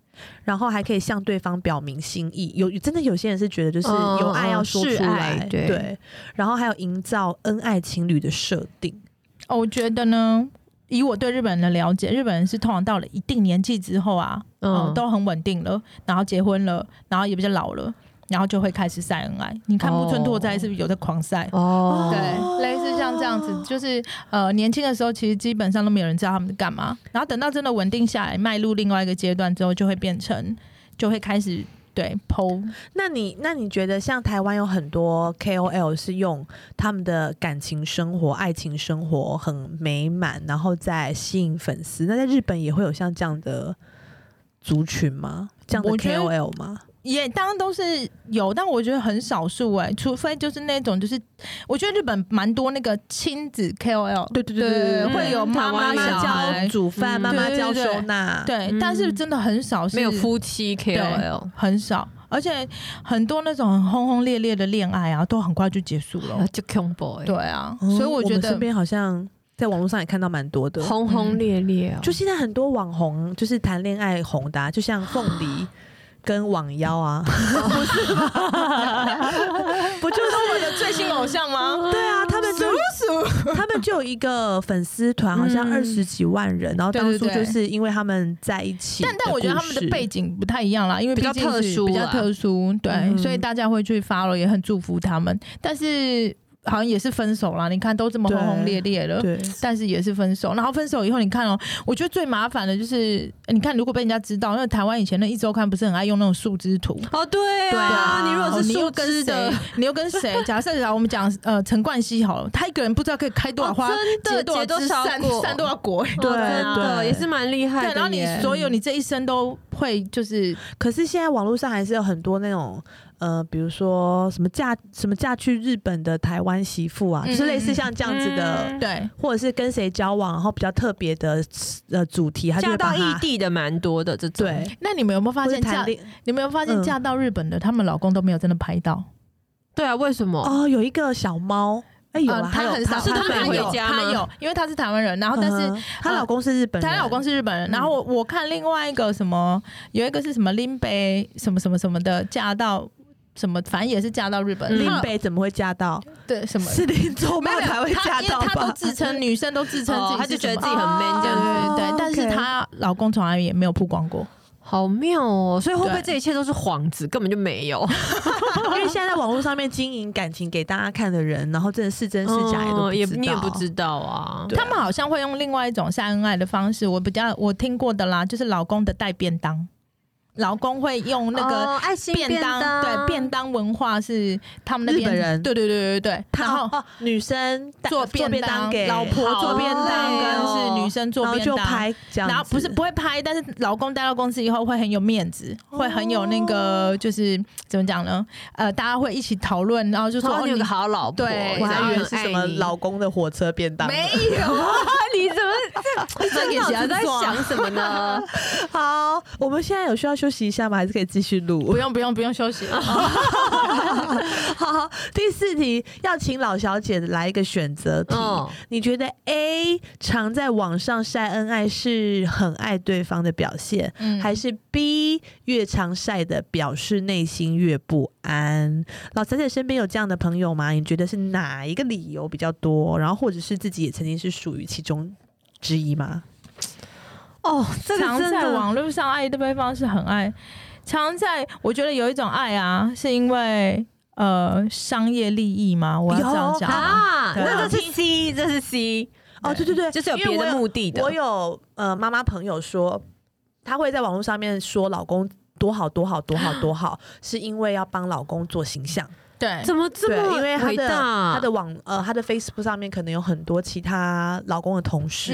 然后还可以向对方表明心意。有真的有些人是觉得就是嗯有爱要说嗯出示来，爱对然后还有营造恩爱情侣的设定。哦我觉得呢。以我对日本人的了解，日本人是通常到了一定年纪之后啊，哦嗯，都很稳定了，然后结婚了，然后也比较老了，然后就会开始晒恩爱。你看木村拓哉是不是有在狂晒？哦，对，类似像这样子，就是呃，年轻的时候其实基本上都没有人知道他们在干嘛，然后等到真的稳定下来，迈入另外一个阶段之后，就会变成，就会开始对剖，那你那你觉得像台湾有很多 KOL 是用他们的感情生活、爱情生活很美满，然后再吸引粉丝。那在日本也会有像这样的族群吗？这样的我觉得 KOL 吗？也当然都是有，但我觉得很少数哎、除非就是那种就是，我觉得日本蛮多那个亲子 KOL，对对对对对会有嗯妈台妈妈湾小妈孩教，煮饭，嗯妈妈对对教对收纳，对，嗯但是真的很少是没有夫妻 KOL，很少，而且很多那种很轰轰烈烈的恋爱啊，都很快就结束啊了。就 c o m boy，对啊，呃哦所以我觉们身得边好像在网络上也看到蛮多的，轰轰烈烈哦，就现在很多网红就是谈恋爱红的啊、就像凤梨 跟网妖 啊，不是吗？不就是我们的最新偶 像吗？对啊？他们嗯就他们就有一个粉丝团，好像嗯二十几万人，然后对当对初对就是因为他们在一起的但故事，但我觉得他们的背景不太一样啦，因为比较毕竟特是殊比较啦特殊，对，啊嗯所以大家会去 follow，也很祝福他们。但是好像也是分手啦。你看都这么轰轰烈烈了，对，但是也是分手。然后分手以后，你看哦，我觉得最麻烦的就是，呃你看如果被人家知道，因为台湾以前那一周刊不是很爱用那种树枝图。哦，对对啊，啊你如哦果是你又树跟枝的谁，？你又跟谁？假设啊，我们讲呃陈冠希好了，他一个人不知道可以开多少花，哦真的结多结多枝少散果散多少果。哦对真的对也是蛮厉害对，的。然后你所有你这一生都会就是可是现在网络上还是有很多那种呃，比如说什么嫁什么嫁去日本的台湾媳妇啊，嗯就是类似像这样子的，嗯对或者是跟谁交往，然后比较特别的呃主题，他就嫁会把到它异地的蛮多的这种，对，那你们有没有发或者现嫁谈？恋你们有没有发现嗯嫁到日本的，他们老公都没有真的拍到？对啊，为什么？哦，有一个小猫，哎有啊，呃他很少，是是他他买有回有，家他吗有，因为他是台湾人，然后但是嗯哼她老公是日本人，她老公是日本人。嗯然后我我看另外一个什么，有一个是什么林北什么什么什么的，嫁到什么，反正也是嫁到日本。嗯她林老嗯北怎么会嫁到？对什么是林州没猫有没有才会她嫁因为到她都吧？自称女生都自称哦自己她就是觉得什么啊自己很 man 这样子哦对对对，但是 OK 她老公从来也没有曝光过。好妙哦！所以会不会对这一切都是幌子，根本就没有？因为现在在网络上面经营感情给大家看的人，然后真的是真是假也都嗯哦不也知道你也不知道啊。对他们好像会用另外一种晒恩爱的方式，我比较我听过的啦，就是老公的带便当，老公会用那个哦爱心便当，对便当文化是他们那边日本人对对对对对，然后哦哦，女生带做便便当给老婆好做便当，累跟哦是女生做然后便就当。拍这样子，然后不是不会拍，但是老公带到公司以后会很有面子，会很有那个哦就是怎么讲呢？呃，大家会一起讨论，然后就就说说哦你有你个好老婆，对我然还后以为很是什爱么你老公的火车便当，没有，啊你怎么 一直给脑其他子在做啊想什么呢？好，我们现在有需要休息一下吗？还是可以继续录？不用不用不用休息，啊 好，第四题要请老小姐来一个选择题。嗯你觉得 A 常在网上晒恩爱是很爱对方的表现，嗯还是 B 越常晒的表示内心越不安？老小姐身边有这样的朋友吗？你觉得是哪一个理由比较多？然后或者是自己也曾经是属于其中之一吗？哦，这个常真在的啊网络上爱对方是很爱，常在我觉得有一种爱啊，是因为呃商业利益吗？我要这样有讲吗，啊，对啊那这是 C，这是 C，哦，对对对，哎就是有因为别我的目的的我。有呃妈妈朋友说，她会在网络上面说老公多好多好多好多好，是因为要帮老公做形象。对怎么这对，么因为她伟的大？她的网呃她的 Facebook 上面可能有很多其他老公的同事。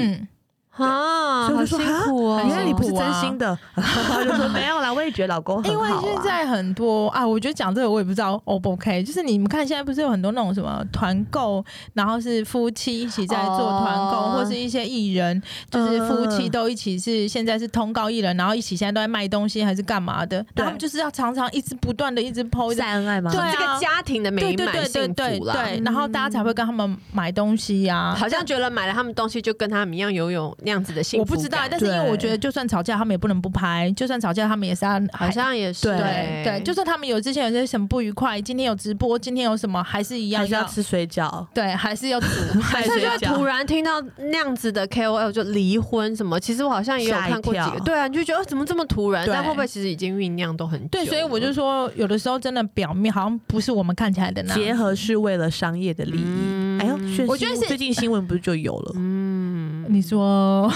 嗯，啊，所以我好就说辛苦哦！原来你不是真心的，她就说没有啦，我也觉得老哦公很因为好、啊。现在很多啊，我觉得讲这个我也不知道 O 不 OK，就是你们看现在不是有很多那种什么团购，然后是夫妻一起在做团购，哦或是一些艺人，就是夫妻都一起是、现在是通告艺人，然后一起现在都在卖东西还是干嘛的，然后他们就是要常常一直不断的一直 PO 一直晒恩爱吗？对啊这个家庭的美对对满对对幸对福啦。嗯对，然后大家才会跟他们买东西啊呀、好像觉得买了他们东西就跟他们一样拥有那样子的幸我福感。不知道，但是因为对我觉得，就算吵架，他们也不能不拍；就算吵架，他们也是要好像也是对欸对对，就算他们有之前有些什么不愉快，今天有直播，今天有什么，还是一样还是要吃水饺。对，还是要煮，还所以是就要会煮。突然听到那样子的 KOL 就离婚什么，其实我好像也有看过几吓一个，跳对啊，你就觉得、呃怎么这么突然？对但会不会其实已经酝酿都很久了？对，所以我就说，有的时候真的表面好像不是我们看起来的那结样。合是为了商业的利益。哎呦，炫啊我觉得新是最近新闻不是就有 了，嗯你说、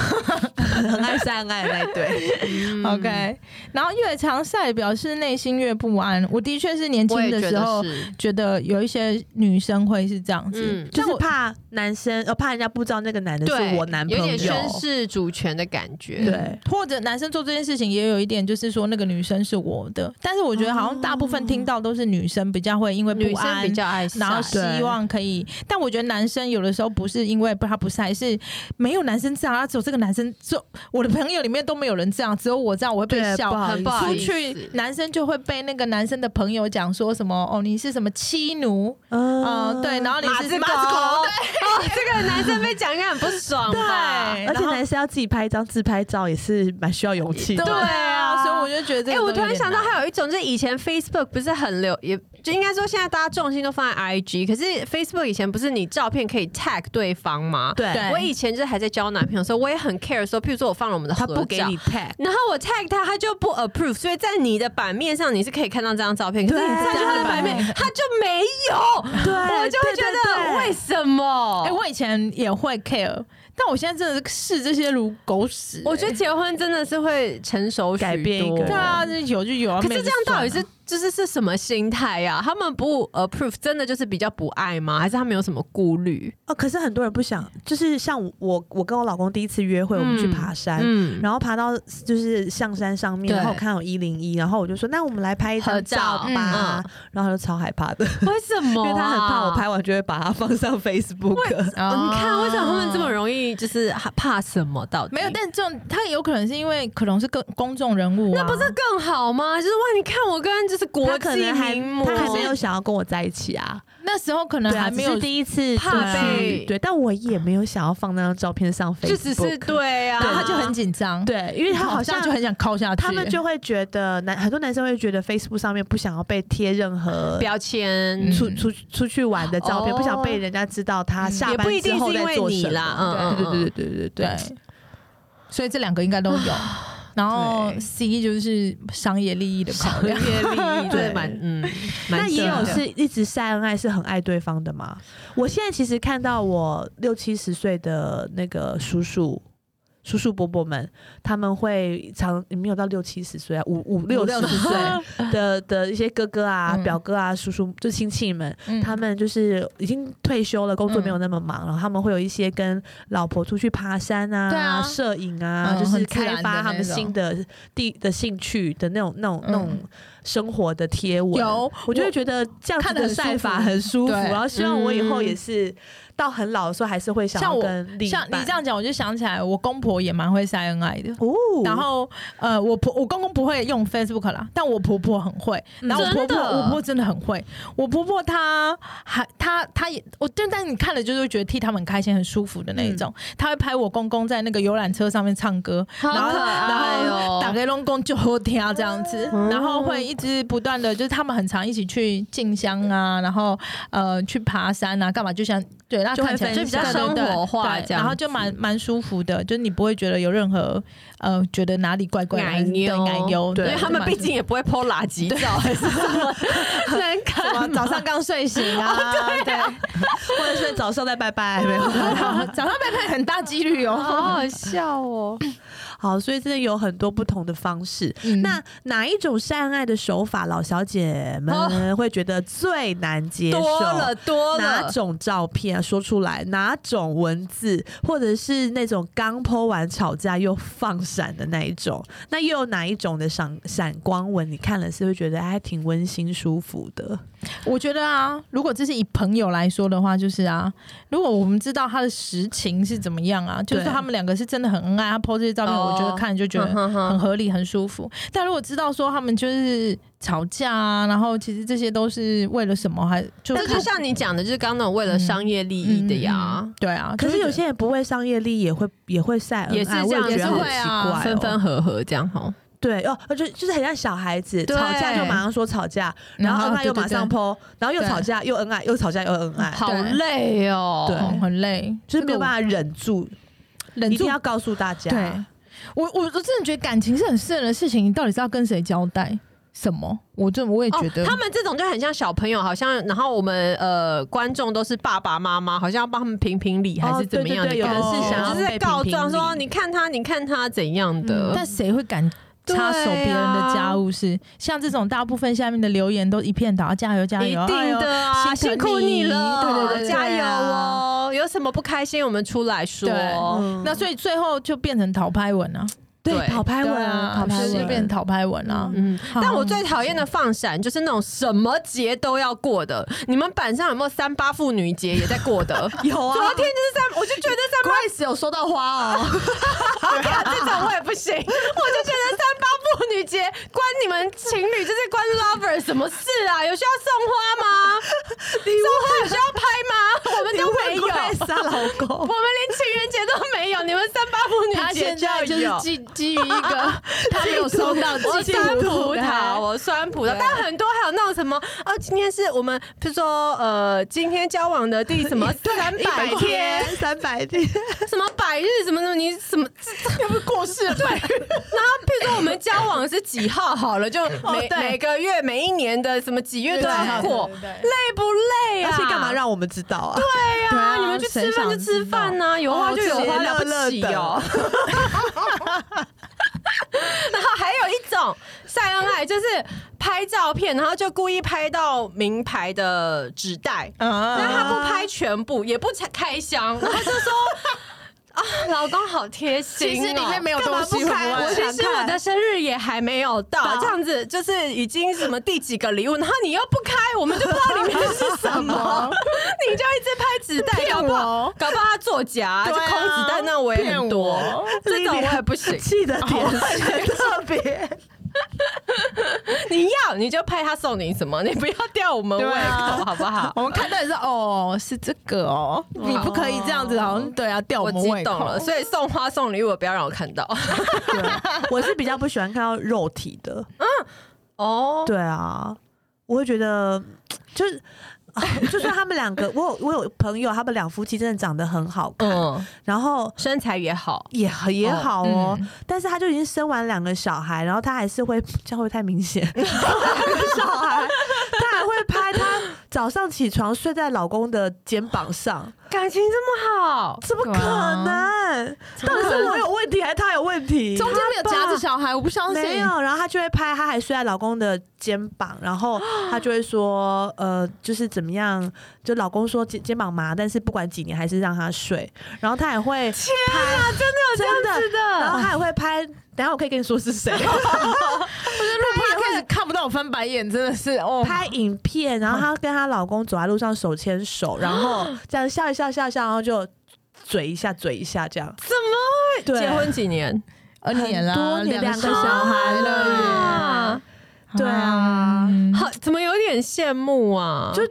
很爱晒恩爱的那一对。嗯 OK？然后越常晒，表示内心越不安。我的确是年我轻也的觉时候得是，觉得有一些女生会是这样子，嗯就但是我怕男生，呃，怕人家不知道那个男的对，是我男朋有友，点宣誓主权的感觉。对嗯或者男生做这件事情也有一点，就是说那个女生是我的，但是我觉得好像大部分听到都是女生比较会因为女不生安比。较爱晒，然后希望可以，但我觉得男生有的时候不是因为不他不晒，是哎没有男生这样，啊他只有这个男生，只有我的朋友里面都没有人这样，只有我这样，我会被对，笑不。好很意不好出意思，思去男生就会被那个男生的朋友讲说什么哦，你是什么妻奴，嗯呃，对，然后你马是子狗， 哦，这个男生被讲应该很不爽吧？对，而且然后男生要自己拍一张自拍照也是蛮需要勇气的。对对啊啊，所以我我就觉得这哎、个我东西突有然点想到，难还有一种，就是以前 Facebook 不是很流，也就应该说现在大家重心都放在 IG，可是 Facebook 以前不是你照片可以 tag 对方吗？对对我以前就是还在交男朋友的时候，我也很 care 说，譬如说我放了我们的合他照，不给你 tag，然后我 tag 他，他就不 approve，所以在你的版面上你是可以看到这张照片，可是你对在他的版面对他就没有，对，我就会对觉对得对为什么？哎、我以前也会 care，但我现在真的是视这些如狗屎、我觉得结婚真的是会成熟许多改变一个人对啊，就是有就有啊。可没是有这就样到底算是就是是什么心态呀、他们不 approve 真的就是比较不爱吗？还是他们有什么顾虑？哦，可是很多人不想，就是像我，我跟我老公第一次约会，我们去嗯爬山，嗯，然后爬到就是象山上面，对然后我看有一零一，然后我就说那我们来拍一合张照照嗯哦吧，然后他就超害怕的，为什么、啊因为他很怕我。拍完啊就会把它放上 Facebook。哦啊你看，为什么他们这么哦容易就是怕怕什么？到底没有？但这种他有可能是因为可能是个公众人物、啊，那不是更好吗？就是哇，你看我跟就是国他可际能还名模，他还没有想要跟我在一起啊，那时候可能对啊，还没有只是第一次怕出去被对，但我也没有想要放那张照片上 Facebook，就只是对啊，然后他就很紧张，，对，因为他好像就很想靠下去，他们就会觉得男很多男生会觉得 Facebook 上面不想要被贴任何标签嗯，出出出去玩的照片，哦不想被人家知道他嗯下也班不一之定后是因在为做你什啦，么。嗯对对嗯嗯，对对对对对，。所以这两个应该都有。然后啊对 C 就是商业利益的考量，阅历 对对蛮嗯，蛮那也深有的是一直晒恩爱，是很爱对方的嘛？我现在其实看到我六七十岁的那个叔叔。叔叔伯伯们，他们会常没有到六七十岁啊，五五六十岁的 的一些哥哥啊、嗯表哥啊、叔叔就亲戚们，嗯他们就是已经退休了，工作嗯没有那么忙，然后他们会有一些跟老婆出去爬山啊、对啊摄影啊，嗯就是很自然开的发他们那种新的地的兴趣的那种、那种、嗯那种生活的贴文。有我就我会觉得这样子看得的很舒晒法服很舒服，对然后希望我以后嗯也是到很老的时候，还是会想像要我跟另一像你半这样讲，我就想起来，我公婆也蛮会晒恩爱的。哦，然后呃，我婆我公公不会用 Facebook 啦，但我婆婆很会。嗯然后我真婆婆的我婆婆真的很会，我婆婆她还她她也我但但你看了就是会觉得替他们很开心很舒服的那一种。嗯她会拍我公公在那个游览车上面唱歌，好然后可爱然哦后打开龙宫就好听这样子，然后会一直不断的就是他们很常一起去进香啊，然后呃去爬山啊，干嘛就像对，那就会看起来分享对对对就比较生活化对这样然后就蛮蛮舒服的，就是你不会觉得有任何呃觉得哪里怪怪的，奶妞对奶油，对因为他们毕竟也不会剖垃圾照，还是什么能什么看早上刚睡醒啊，对，哦或者是早上再拜 拜，没有。早上被拍很大几率 哦。好笑哦！好，所以真的有很多不同的方式。嗯那哪一种晒恩爱的手法，老小姐哦们会觉得最难接受？多了多哪了，种照片啊？说出来，哪种文字，或者是那种刚剖完吵架又放闪的那一种？那又有哪一种的闪闪光文？你看了是会觉得还挺温馨舒服的？我觉得啊，如果这是以朋友来说的话，就是啊，如果我们知道他的实情是怎么样啊，就是对他们两个是真的很恩爱，他 PO 这些照片，哦我觉得看就觉得嗯哼哼很合理、很舒服。但如果知道说他们就是吵架啊，然后其实这些都是为了什么，还就这就嗯像你讲的，就是刚刚那种为了商业利益的呀嗯，对啊，可是就有些人不为商业利益也会也会晒恩爱，也是这样我也觉得也是好会啊奇怪、哦，分分合合这样哈。对哦，就就是很像小孩子对吵架就马上说吵架，然然后后恩爱又马上对剖，然后又吵架又恩爱，又吵架又恩爱，哎好累哦。对哦很累，就是没有办法法忍住，忍一定住要啊告诉大家。对，我我我真的觉得感情是很私人的事情，你到底是要跟谁交代什么？我这我也觉得、哦、他们这种就很像小朋友，好像然后我们呃观众都是爸爸妈妈，好像要帮他们评评理还是怎么样的哦感对对对觉，有的是想要就是在被告评状评说理你看他，你看他怎样的，嗯但谁会敢插手啊别人的家务事？像这种大部分下面的留言都一片倒，加油加一油！哎定呦的啊，心辛疼苦你你了，对对对对加油啊哦！有什么不开心，我们出来说。对嗯那所以最后就变成讨拍文啊，对对讨拍文啊，讨讨拍拍文就变成文。讨拍文啊。嗯，好但我最讨厌的放闪就是那种什么节都要过的。你们板上有没有三八妇女节也在过 的？有啊昨天就是三，我就觉得三八，Grace 有收到花哦，啊 这种我也不行，我就觉得三八妇女节关你们情侣就是关 lover 什么事啊？有需要送花吗？送花有需要拍吗？我们你问过艾莎老我 公们？连情人节都没有，你们三八妇他女节现在就就是有。基基于 一个他没有收到我寄酸葡的萄，我酸葡萄对，啊但很多还有那种什么哦，今天是我们，比如说呃，今天交往的第什 么三百天， 三百天，什么百日，什么什么，你什 么，要不过世了，对，然后譬如说我们交往是几号好了，就每、哦对每个月每一年的什么几月都要过，对对对对累不累啊？而且干嘛让我们知道啊？对呀、对啊你们去吃谁饭想就吃知道饭呐、有花就有花，哦了不起乐哦 乐。然后还有一种晒恩爱，就是拍照片，然后就故意拍到名牌的纸袋，但啊，他不拍全部，也不拆开箱，然后就说。啊， 老公好贴心、哦！其实里面没有干嘛东西不开我我很其想实看我的生日也还没有到，这样子就是已经什么第几个礼物，然后你又不开，我们就不知道里面是什嗯嗯么，你就一直拍纸 袋，骗搞不好我搞不好他作假、就对啊空纸袋那我也很多骗我，这种我也不行。哦气的点很特别， 你要你就拍他送你什么，你不要吊我们胃对啊口，好不好？ 我们看到也是哦，是这个哦，你不可以这样子，好像对啊，吊我们激胃动口了，所以送花送礼物不要让我看到。啊我是比较不喜欢看到肉体的， 哦，对啊，我会觉得就是。 啊就算他们两个，我有我有朋友，他们两夫妻真的长得很好看， 嗯，然后身材也好，也也好哦，嗯但是他就已经生完两个小孩，然后他还是会， 这样会不会太明 显，两个小孩，他还会拍他早上起床睡在老公的肩膀 上，感情这么好，怎么可对啊能？到底是我有问题还是他有问题？中间没有夹着小孩，我不相信。没有，然后她就会拍，她还睡在老公的肩膀，然后 她就会说，呃，就是怎么样，就老公说肩肩膀麻，但是不管几年还是让她睡，然后她也会拍，啊真的有是真的，然后的，她也会拍，等一下我可以跟你说是谁，录 p o d 看不到我翻白眼，真的是哦，拍影片，然后她跟她老公走在路上手牵手，然后这样笑一笑笑一笑，然后就嘴一下嘴一下这样，怎么会对结婚几年？二年很啦，多年两两个小孩了啊，对啊嗯好， 怎么有点羡慕啊？就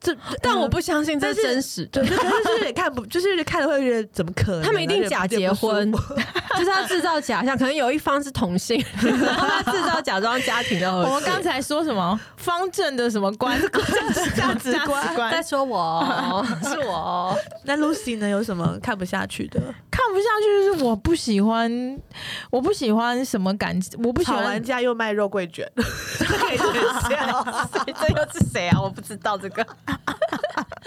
这但我。不相信这但是是真实的。对，就就是有点看不，就是有点看了会觉得怎么可能？他们一定假结婚， 就是要制造假象，可能有一方是同性， 然后他制造假装家庭的和我谐。们刚才说什么方正的什么观 价值 观在说我哦， 是我哦，那 Lucy 呢？有什么看不下去的？看不下去，就是我不喜欢，我不喜欢什么感，我不喜吵完欢架又卖肉桂卷，谁这又是谁啊？我不知道这个。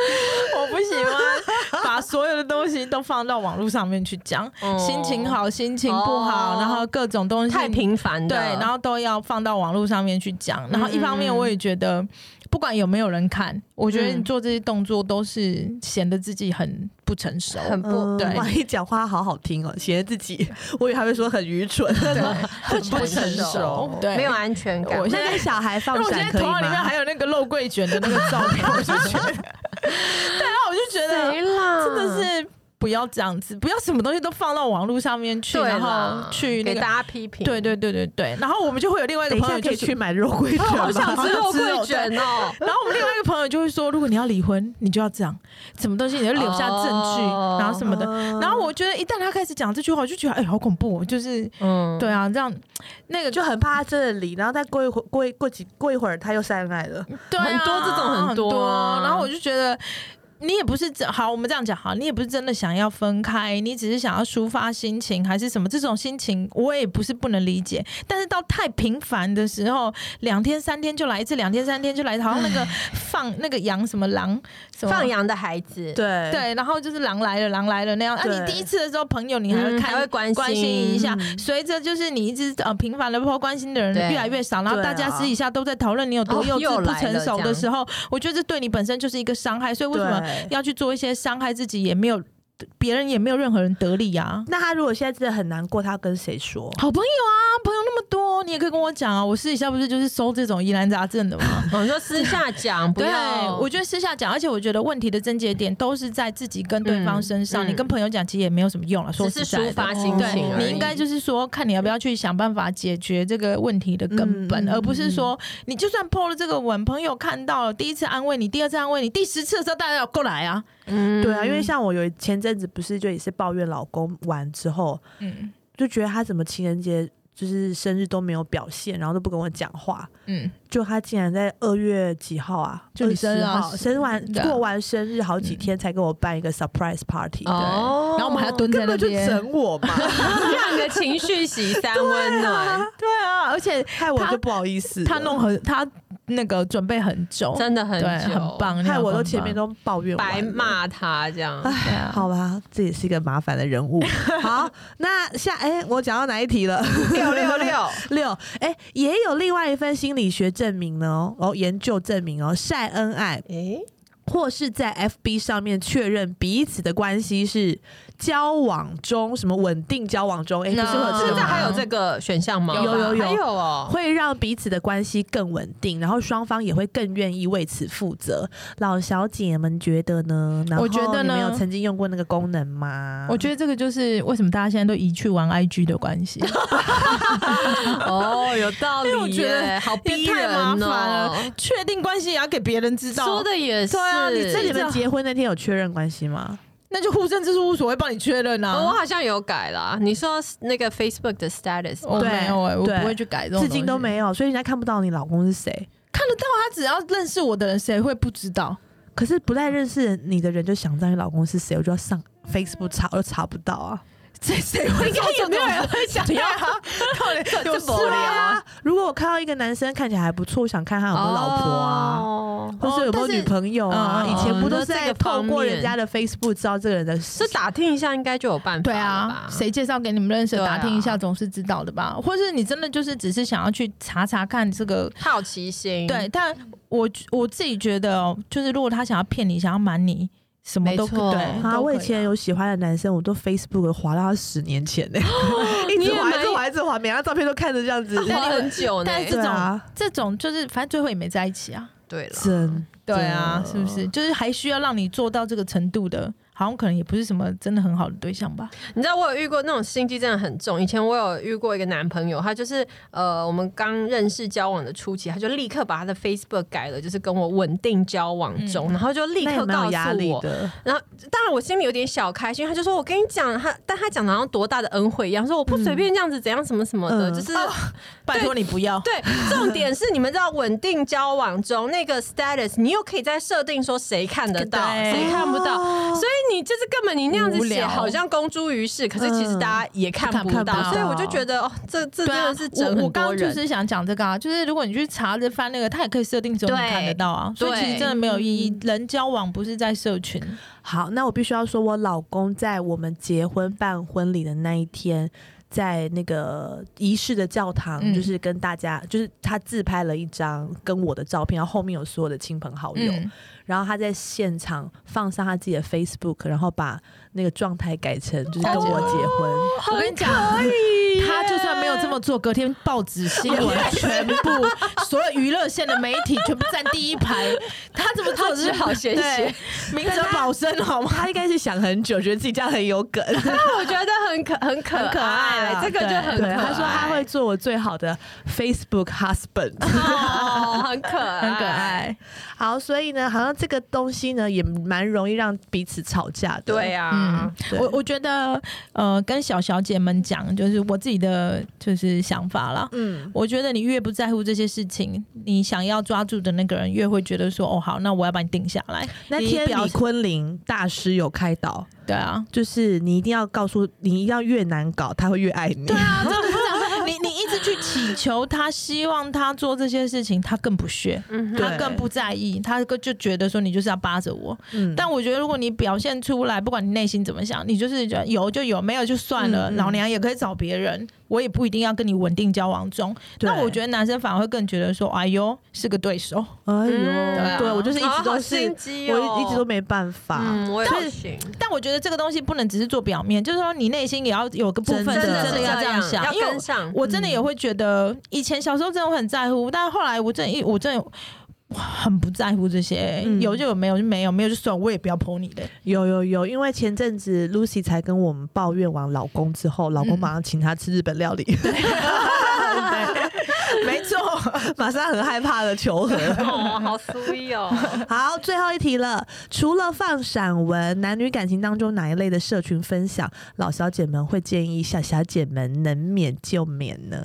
我不喜欢把所有的东西都放到网络上面去讲，哦心情好，心情不好，哦然后各种东西太频繁的，对，然后都要放到网络上面去讲。然后一方面，我也觉得不管有没有人看，我觉得你做这些动作都是显得自己很不成熟。很不嗯对哇，一讲话好好听哦，显得自己，我以为还会说很愚蠢，很不成熟对，没有。安全感。我现 在小孩因为放我现闪在可以头吗发里面？还有那个肉桂卷的那个照 片，我就觉得，对，啊然后我就觉 得谁啦？真的是不要这样子，不要什么东西都放到网络上面去，对啦然后去那给个大，家批评。 对对对对对，然后我们就会有另外一个等一朋友下可就以是去。哦买肉桂卷好想吗？吃 肉桂卷哦，然后我们另外一个朋友就会说，如果你要离婚，你就要这样，什么东西你就留下证据，哦然后什么嗯的。然后我觉得一旦他开始讲这句话，我就觉得哎、好恐怖、哦，就是嗯，对啊，这样那个就很怕他真的离，然后再过一会过一过几过一会儿他又晒恩爱了，对啊、很多这种很很多啊然后我就觉得。你也不是真好，我们这样讲好，你也不是真的想要分开，你只是想要抒发心情还是什么？这种心情我也不是不能理解，但是到太频繁的时候，两天三天就来一次，两天三天就来一次，好像那个放那个羊什么狼什么放羊的孩子，对，对，然后就是狼来了，狼来了那样。那、对你第一次的时候，朋友你还会嗯看，还会关心关心一下。嗯随着就是你一直呃频繁的抛关心的人对越来越少，然后对啊大家私底下都在讨论你有多哦幼又稚、不来了成熟这的样时候，我觉得这对你本身就是一个伤害。所以为什么对。要去做一些伤害自己也没有别人也没有任何人得利啊？那他如果现在真的很难过，他要跟谁说？好朋友啊，朋友那么多，哦，你也可以跟我讲啊，我私底下不是就是收这种疑难杂症的 吗？我哦说私下讲，不对要，我觉得私下讲，而且我觉得问题的症结点都是在自己跟对方身上，嗯嗯你跟朋友讲其实也没有什么用了，说只实是在的哦抒发心对情而已，你应该就是说，看你要不要去想办法解决这个问题的根本，嗯嗯而不是说你就算 PO 了这个文，朋友看到了，第一次安慰你，第二次安慰你，第十次的时候大家要过来啊，嗯对啊，因为像我有一前阵子不是就也是抱怨老公完之后，嗯就觉得他怎么情人节就是生日都没有表现，然后都不跟我讲话。嗯，就他竟然在二月几号啊？就你生日啊20号生完对啊过完生日好几天才给我办一个 surprise party，、哦，然后我们还要蹲在根那本就边，整我嘛， 让你的情绪洗 三啊温暖，对啊，而且害我他就不好意思了，他弄很他那个准备很久，真的很对，久很，棒，害那个我都很前棒面都抱怨完白了。骂他这 样。对啊好吧，这也是一个麻烦的人物。好，那下哎、我讲到哪一题了？ 六六六，六，哎，也有另外一份心理学证明呢哦，哦，研究证明哦，晒恩爱 诶，或是在 FB 上面确认彼此的关系是交往中，什么稳定交往中，哎，不是会有这现个在吗还有这个选项吗？有有有有还有 哦。会让彼此的关系更稳定，然后双方也会更愿意为此负责。老小姐们觉得呢？然后我觉得你们呢有曾经用过那个功能吗？我觉得这个就是为什么大家现在都移去玩 IG 的关系，哦，有道哎因为我理觉得耶，好逼也太人麻烦哦了。 确定关系也要给别人知道，说的也是，对啊你那这你们结婚那天有确认关系吗？那就互证之书无所谓，帮你确认哦我啊。好像有改啦。你说那个 Facebook 的 status，我吗对没有哎、我对不会去改这种，至今都。没有，所以人家看不到你老公是谁。看得到他，只要认识我的人，谁会不知道？可是不太认识你的人就想知道你老公是谁，我就要上 Facebook 查，我就查不到啊。谁谁会应该也没有人会 想要？啊 到底有啊这无事聊吗？啊，如果我看到一个男生看起来还不错，我想看他有没有老婆啊。哦或是有没有女朋友啊？哦但是以前不都是嗯那在这个方透面过人家的 Facebook 知道这个人的这打听一下应该就有办法对了啊吧，？谁介绍给你们认识的？对啊打听一下总是知道的吧？或是你真的就是只是想要去查查看这个？好奇心？对，，但我我自己觉得哦，就是如果他想要骗你，想要瞒你，什么都没错对。啊，都我可以前有喜欢的男生，我都 Facebook 滑到他十年前 呢、一你直也滑，一直蛮啊滑，一直滑，每张照片都看着这样 子。花很久呢。但是对啊，这种就是反正最后也没在一起啊。对了，嗯真对啊，是不是？就是还需要让你做到这个程度的，好像可能也不是什么真的很好的对象吧。你知道我有遇过那种心机真的很重。以前我有遇过一个男朋友，他就是呃，我们刚认识交往的初期，他就立刻把他的 Facebook 改了，就是跟我稳定交往中，然后就立那也刻蛮告有压诉力我。的。然后当然我心里有点小开心，他就说我跟你讲，他但他讲的好像多大的恩惠一样，说我不随便这样子怎样什么什么的，嗯就是。拜托你不要。对，重点是你们知道稳定交往中那个 status，你又可以再设定说谁看得到，对谁看不到，所以你就是根本你那样子无写，聊好像公诸于世，可是其实嗯大家也看看不看不到，到所以我就觉得哦，这这对真啊的是，整我我很刚多刚就人。是想讲这个啊，就是如果你去查着翻那个，它也可以设定只有你对看得到啊，所以其对实真的没有意义。人交往不是在社群，好，那我必须要说，我老公在我们结婚办婚礼的那一天，在那个仪式的教堂，嗯就是跟大家，就是他自拍了一张跟我的照片，然后后面有所有的亲朋好友，嗯然后他在现场放上他自己的 Facebook，然后把那个状态改成就是跟我结婚。我跟你讲，他就算没有这么做，隔天报纸 新闻全部所有娱乐线的媒体全部站第一排，他怎么做只好先写，对明哲保身好吗？他应该是想很久，觉得自己这样 很有梗。但我觉得很可很可很可爱啦这个就很可对，爱。他说他会做我最好的 Facebook husband。哦，很可爱，很可爱。 好，所以呢，好像这个东西呢，也蛮容易让彼此吵架的。对啊嗯，对我我觉得，呃，跟小小姐们讲，就是我自己的就是想法啦。嗯，我觉得你越不在乎这些事情，你想要抓住的那个人越会觉得说，哦，好，那我要把你定下来。那你天表李坤林大师有开导，对啊，就是你一定要告诉你，一定要越难搞，他会越爱你。啊，真的是这 样。你你一直去祈求他，希望他做这些事情，他更不屑，嗯对他更不在意，他就觉得说你就是要扒着我。嗯，但我觉得，如果你表现出来，不管你内心怎么想，你就是觉得有就有，没有就算了，嗯嗯老娘也可以找别人，我也不一定要跟你稳定交往中。那我觉得，得男生反而会更觉得说，哎呦，是个对手。哎呦，嗯对我就是一直好都好是心，机哦我一一直都没办法。嗯，我也所不以行。但我觉得这个东西不能只是做表面，就是说你内心也要有个部分真是的真的要这样想，要因为跟上。我真的也会觉得，以前小时候真的很在乎，但后来我真的一我真的。很不在乎这些，嗯有就有，没有就没有，没有就算，我也不要剖你的。有有有，因为前阵子 Lucy 才跟我们抱怨完老公之后，老公嗯马上请她吃日本料理， 没错，马上很害怕的求 和。哦，好 sweet 哦，好，最后一题了。除了放散文，男女感情当中哪一类的社群分享，老小姐们会建议小小姐们能免就免呢？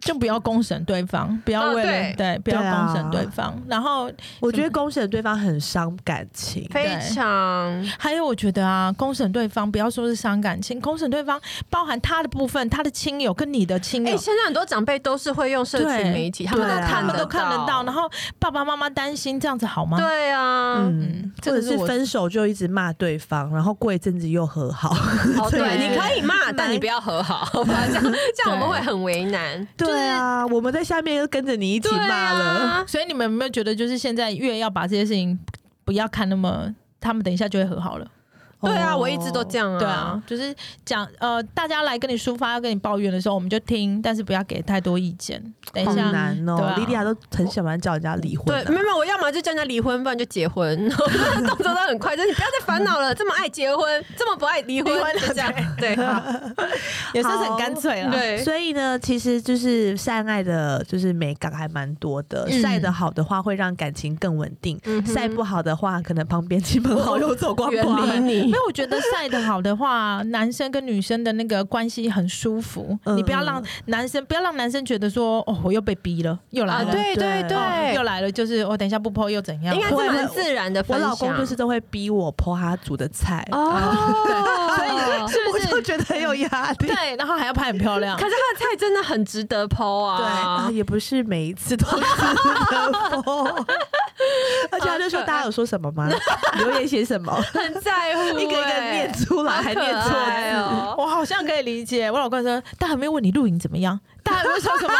就不要公审对方，不要哦为了、对对，不要对啊公审对方。然后我觉得公审对方很伤感情。 非常还有，我觉得啊，公审对方不要说是伤感情，公审对方包含他的部分，他的亲友跟你的亲哎、友。现在很多长辈都是会用社群对媒体，他对们都啊看他得们都看得到，然后后爸爸妈妈担心，这样子好吗？对啊， 嗯，这或个者是是我分手就一直骂对方，然后过一阵子又和好。哦对，你可以骂，蛮但你不要和好， 好吧？这样这样我们会很为难。对啊，我们在下面又跟着你一起对骂了。啊，所以你们有没有觉得，就是现在越要把这些事情不要看那么，他们等一下就会和好了？对哦啊，我一直都这样啊。对啊，，就是讲呃，大家来跟你抒发、要跟你抱怨的时候，我们就听，但是不要给太多意见。等一好下，难哦、对啊莉莉亚都很喜欢叫人家离婚、啊对，没有没有，我要么就叫人家离婚，不然就结婚， 动作都很快。 就是你不要再烦恼了，这么爱结婚，这么不爱离婚离婚，就这样。对，也算是很干脆啊了。对所以呢，其实就是善爱的，就是美感还蛮多的。嗯晒得好的话，会让感情更稳定；嗯哼晒不好的话，可能旁边亲朋好友走光远光离了。你 没。有，我觉得晒得好的话，男生跟女生的那个关系很舒服。嗯你不要让男生，不要让男生觉得说，哦，我又被逼了，又来啊，了，对对对哦又对，来了，就是我、等一下不 PO 又怎样？应该是会蛮自然的分我享。老公就是都会逼我剖他煮的菜， 哦， 是不我是就觉得很有压力。对，然后还要拍很漂 亮可。是他的菜真的很值得剖对啊！啊，也不是每一次都是的剖。而且他就啊说：“好可爱大家有说什么 吗？留言写什么？ 很在 乎、哎一个一个念出来，还还念错字。哦。 我好像可以理解，我老公说，但还没问你露营怎么样，但还没 说什么，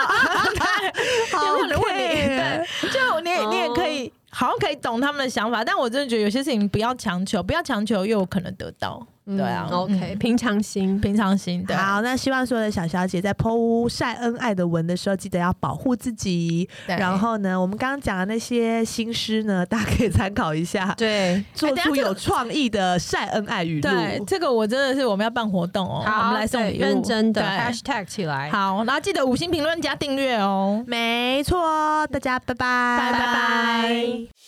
好 有没有人问你？配对，就你也哦你也可以，好像可以懂他们的想法，但我真的觉得有些事情不要强求，不要强求又有可能得到，对啊嗯 OK，平常心。平常心对。好，那希望所有的小小姐在剖屋晒恩爱的文的时候，记得要保护自己。对然后呢，我们刚刚讲的那些新诗呢，大家可以参考一下，对，哎做哎等一下出这个有创意的晒恩爱语录。对，这个我真的是我们要办活动哦，我们来送对礼物，认真的对 Hashtag 起来。好，然后记得五星评论加订阅哦。没错，大家拜拜，拜拜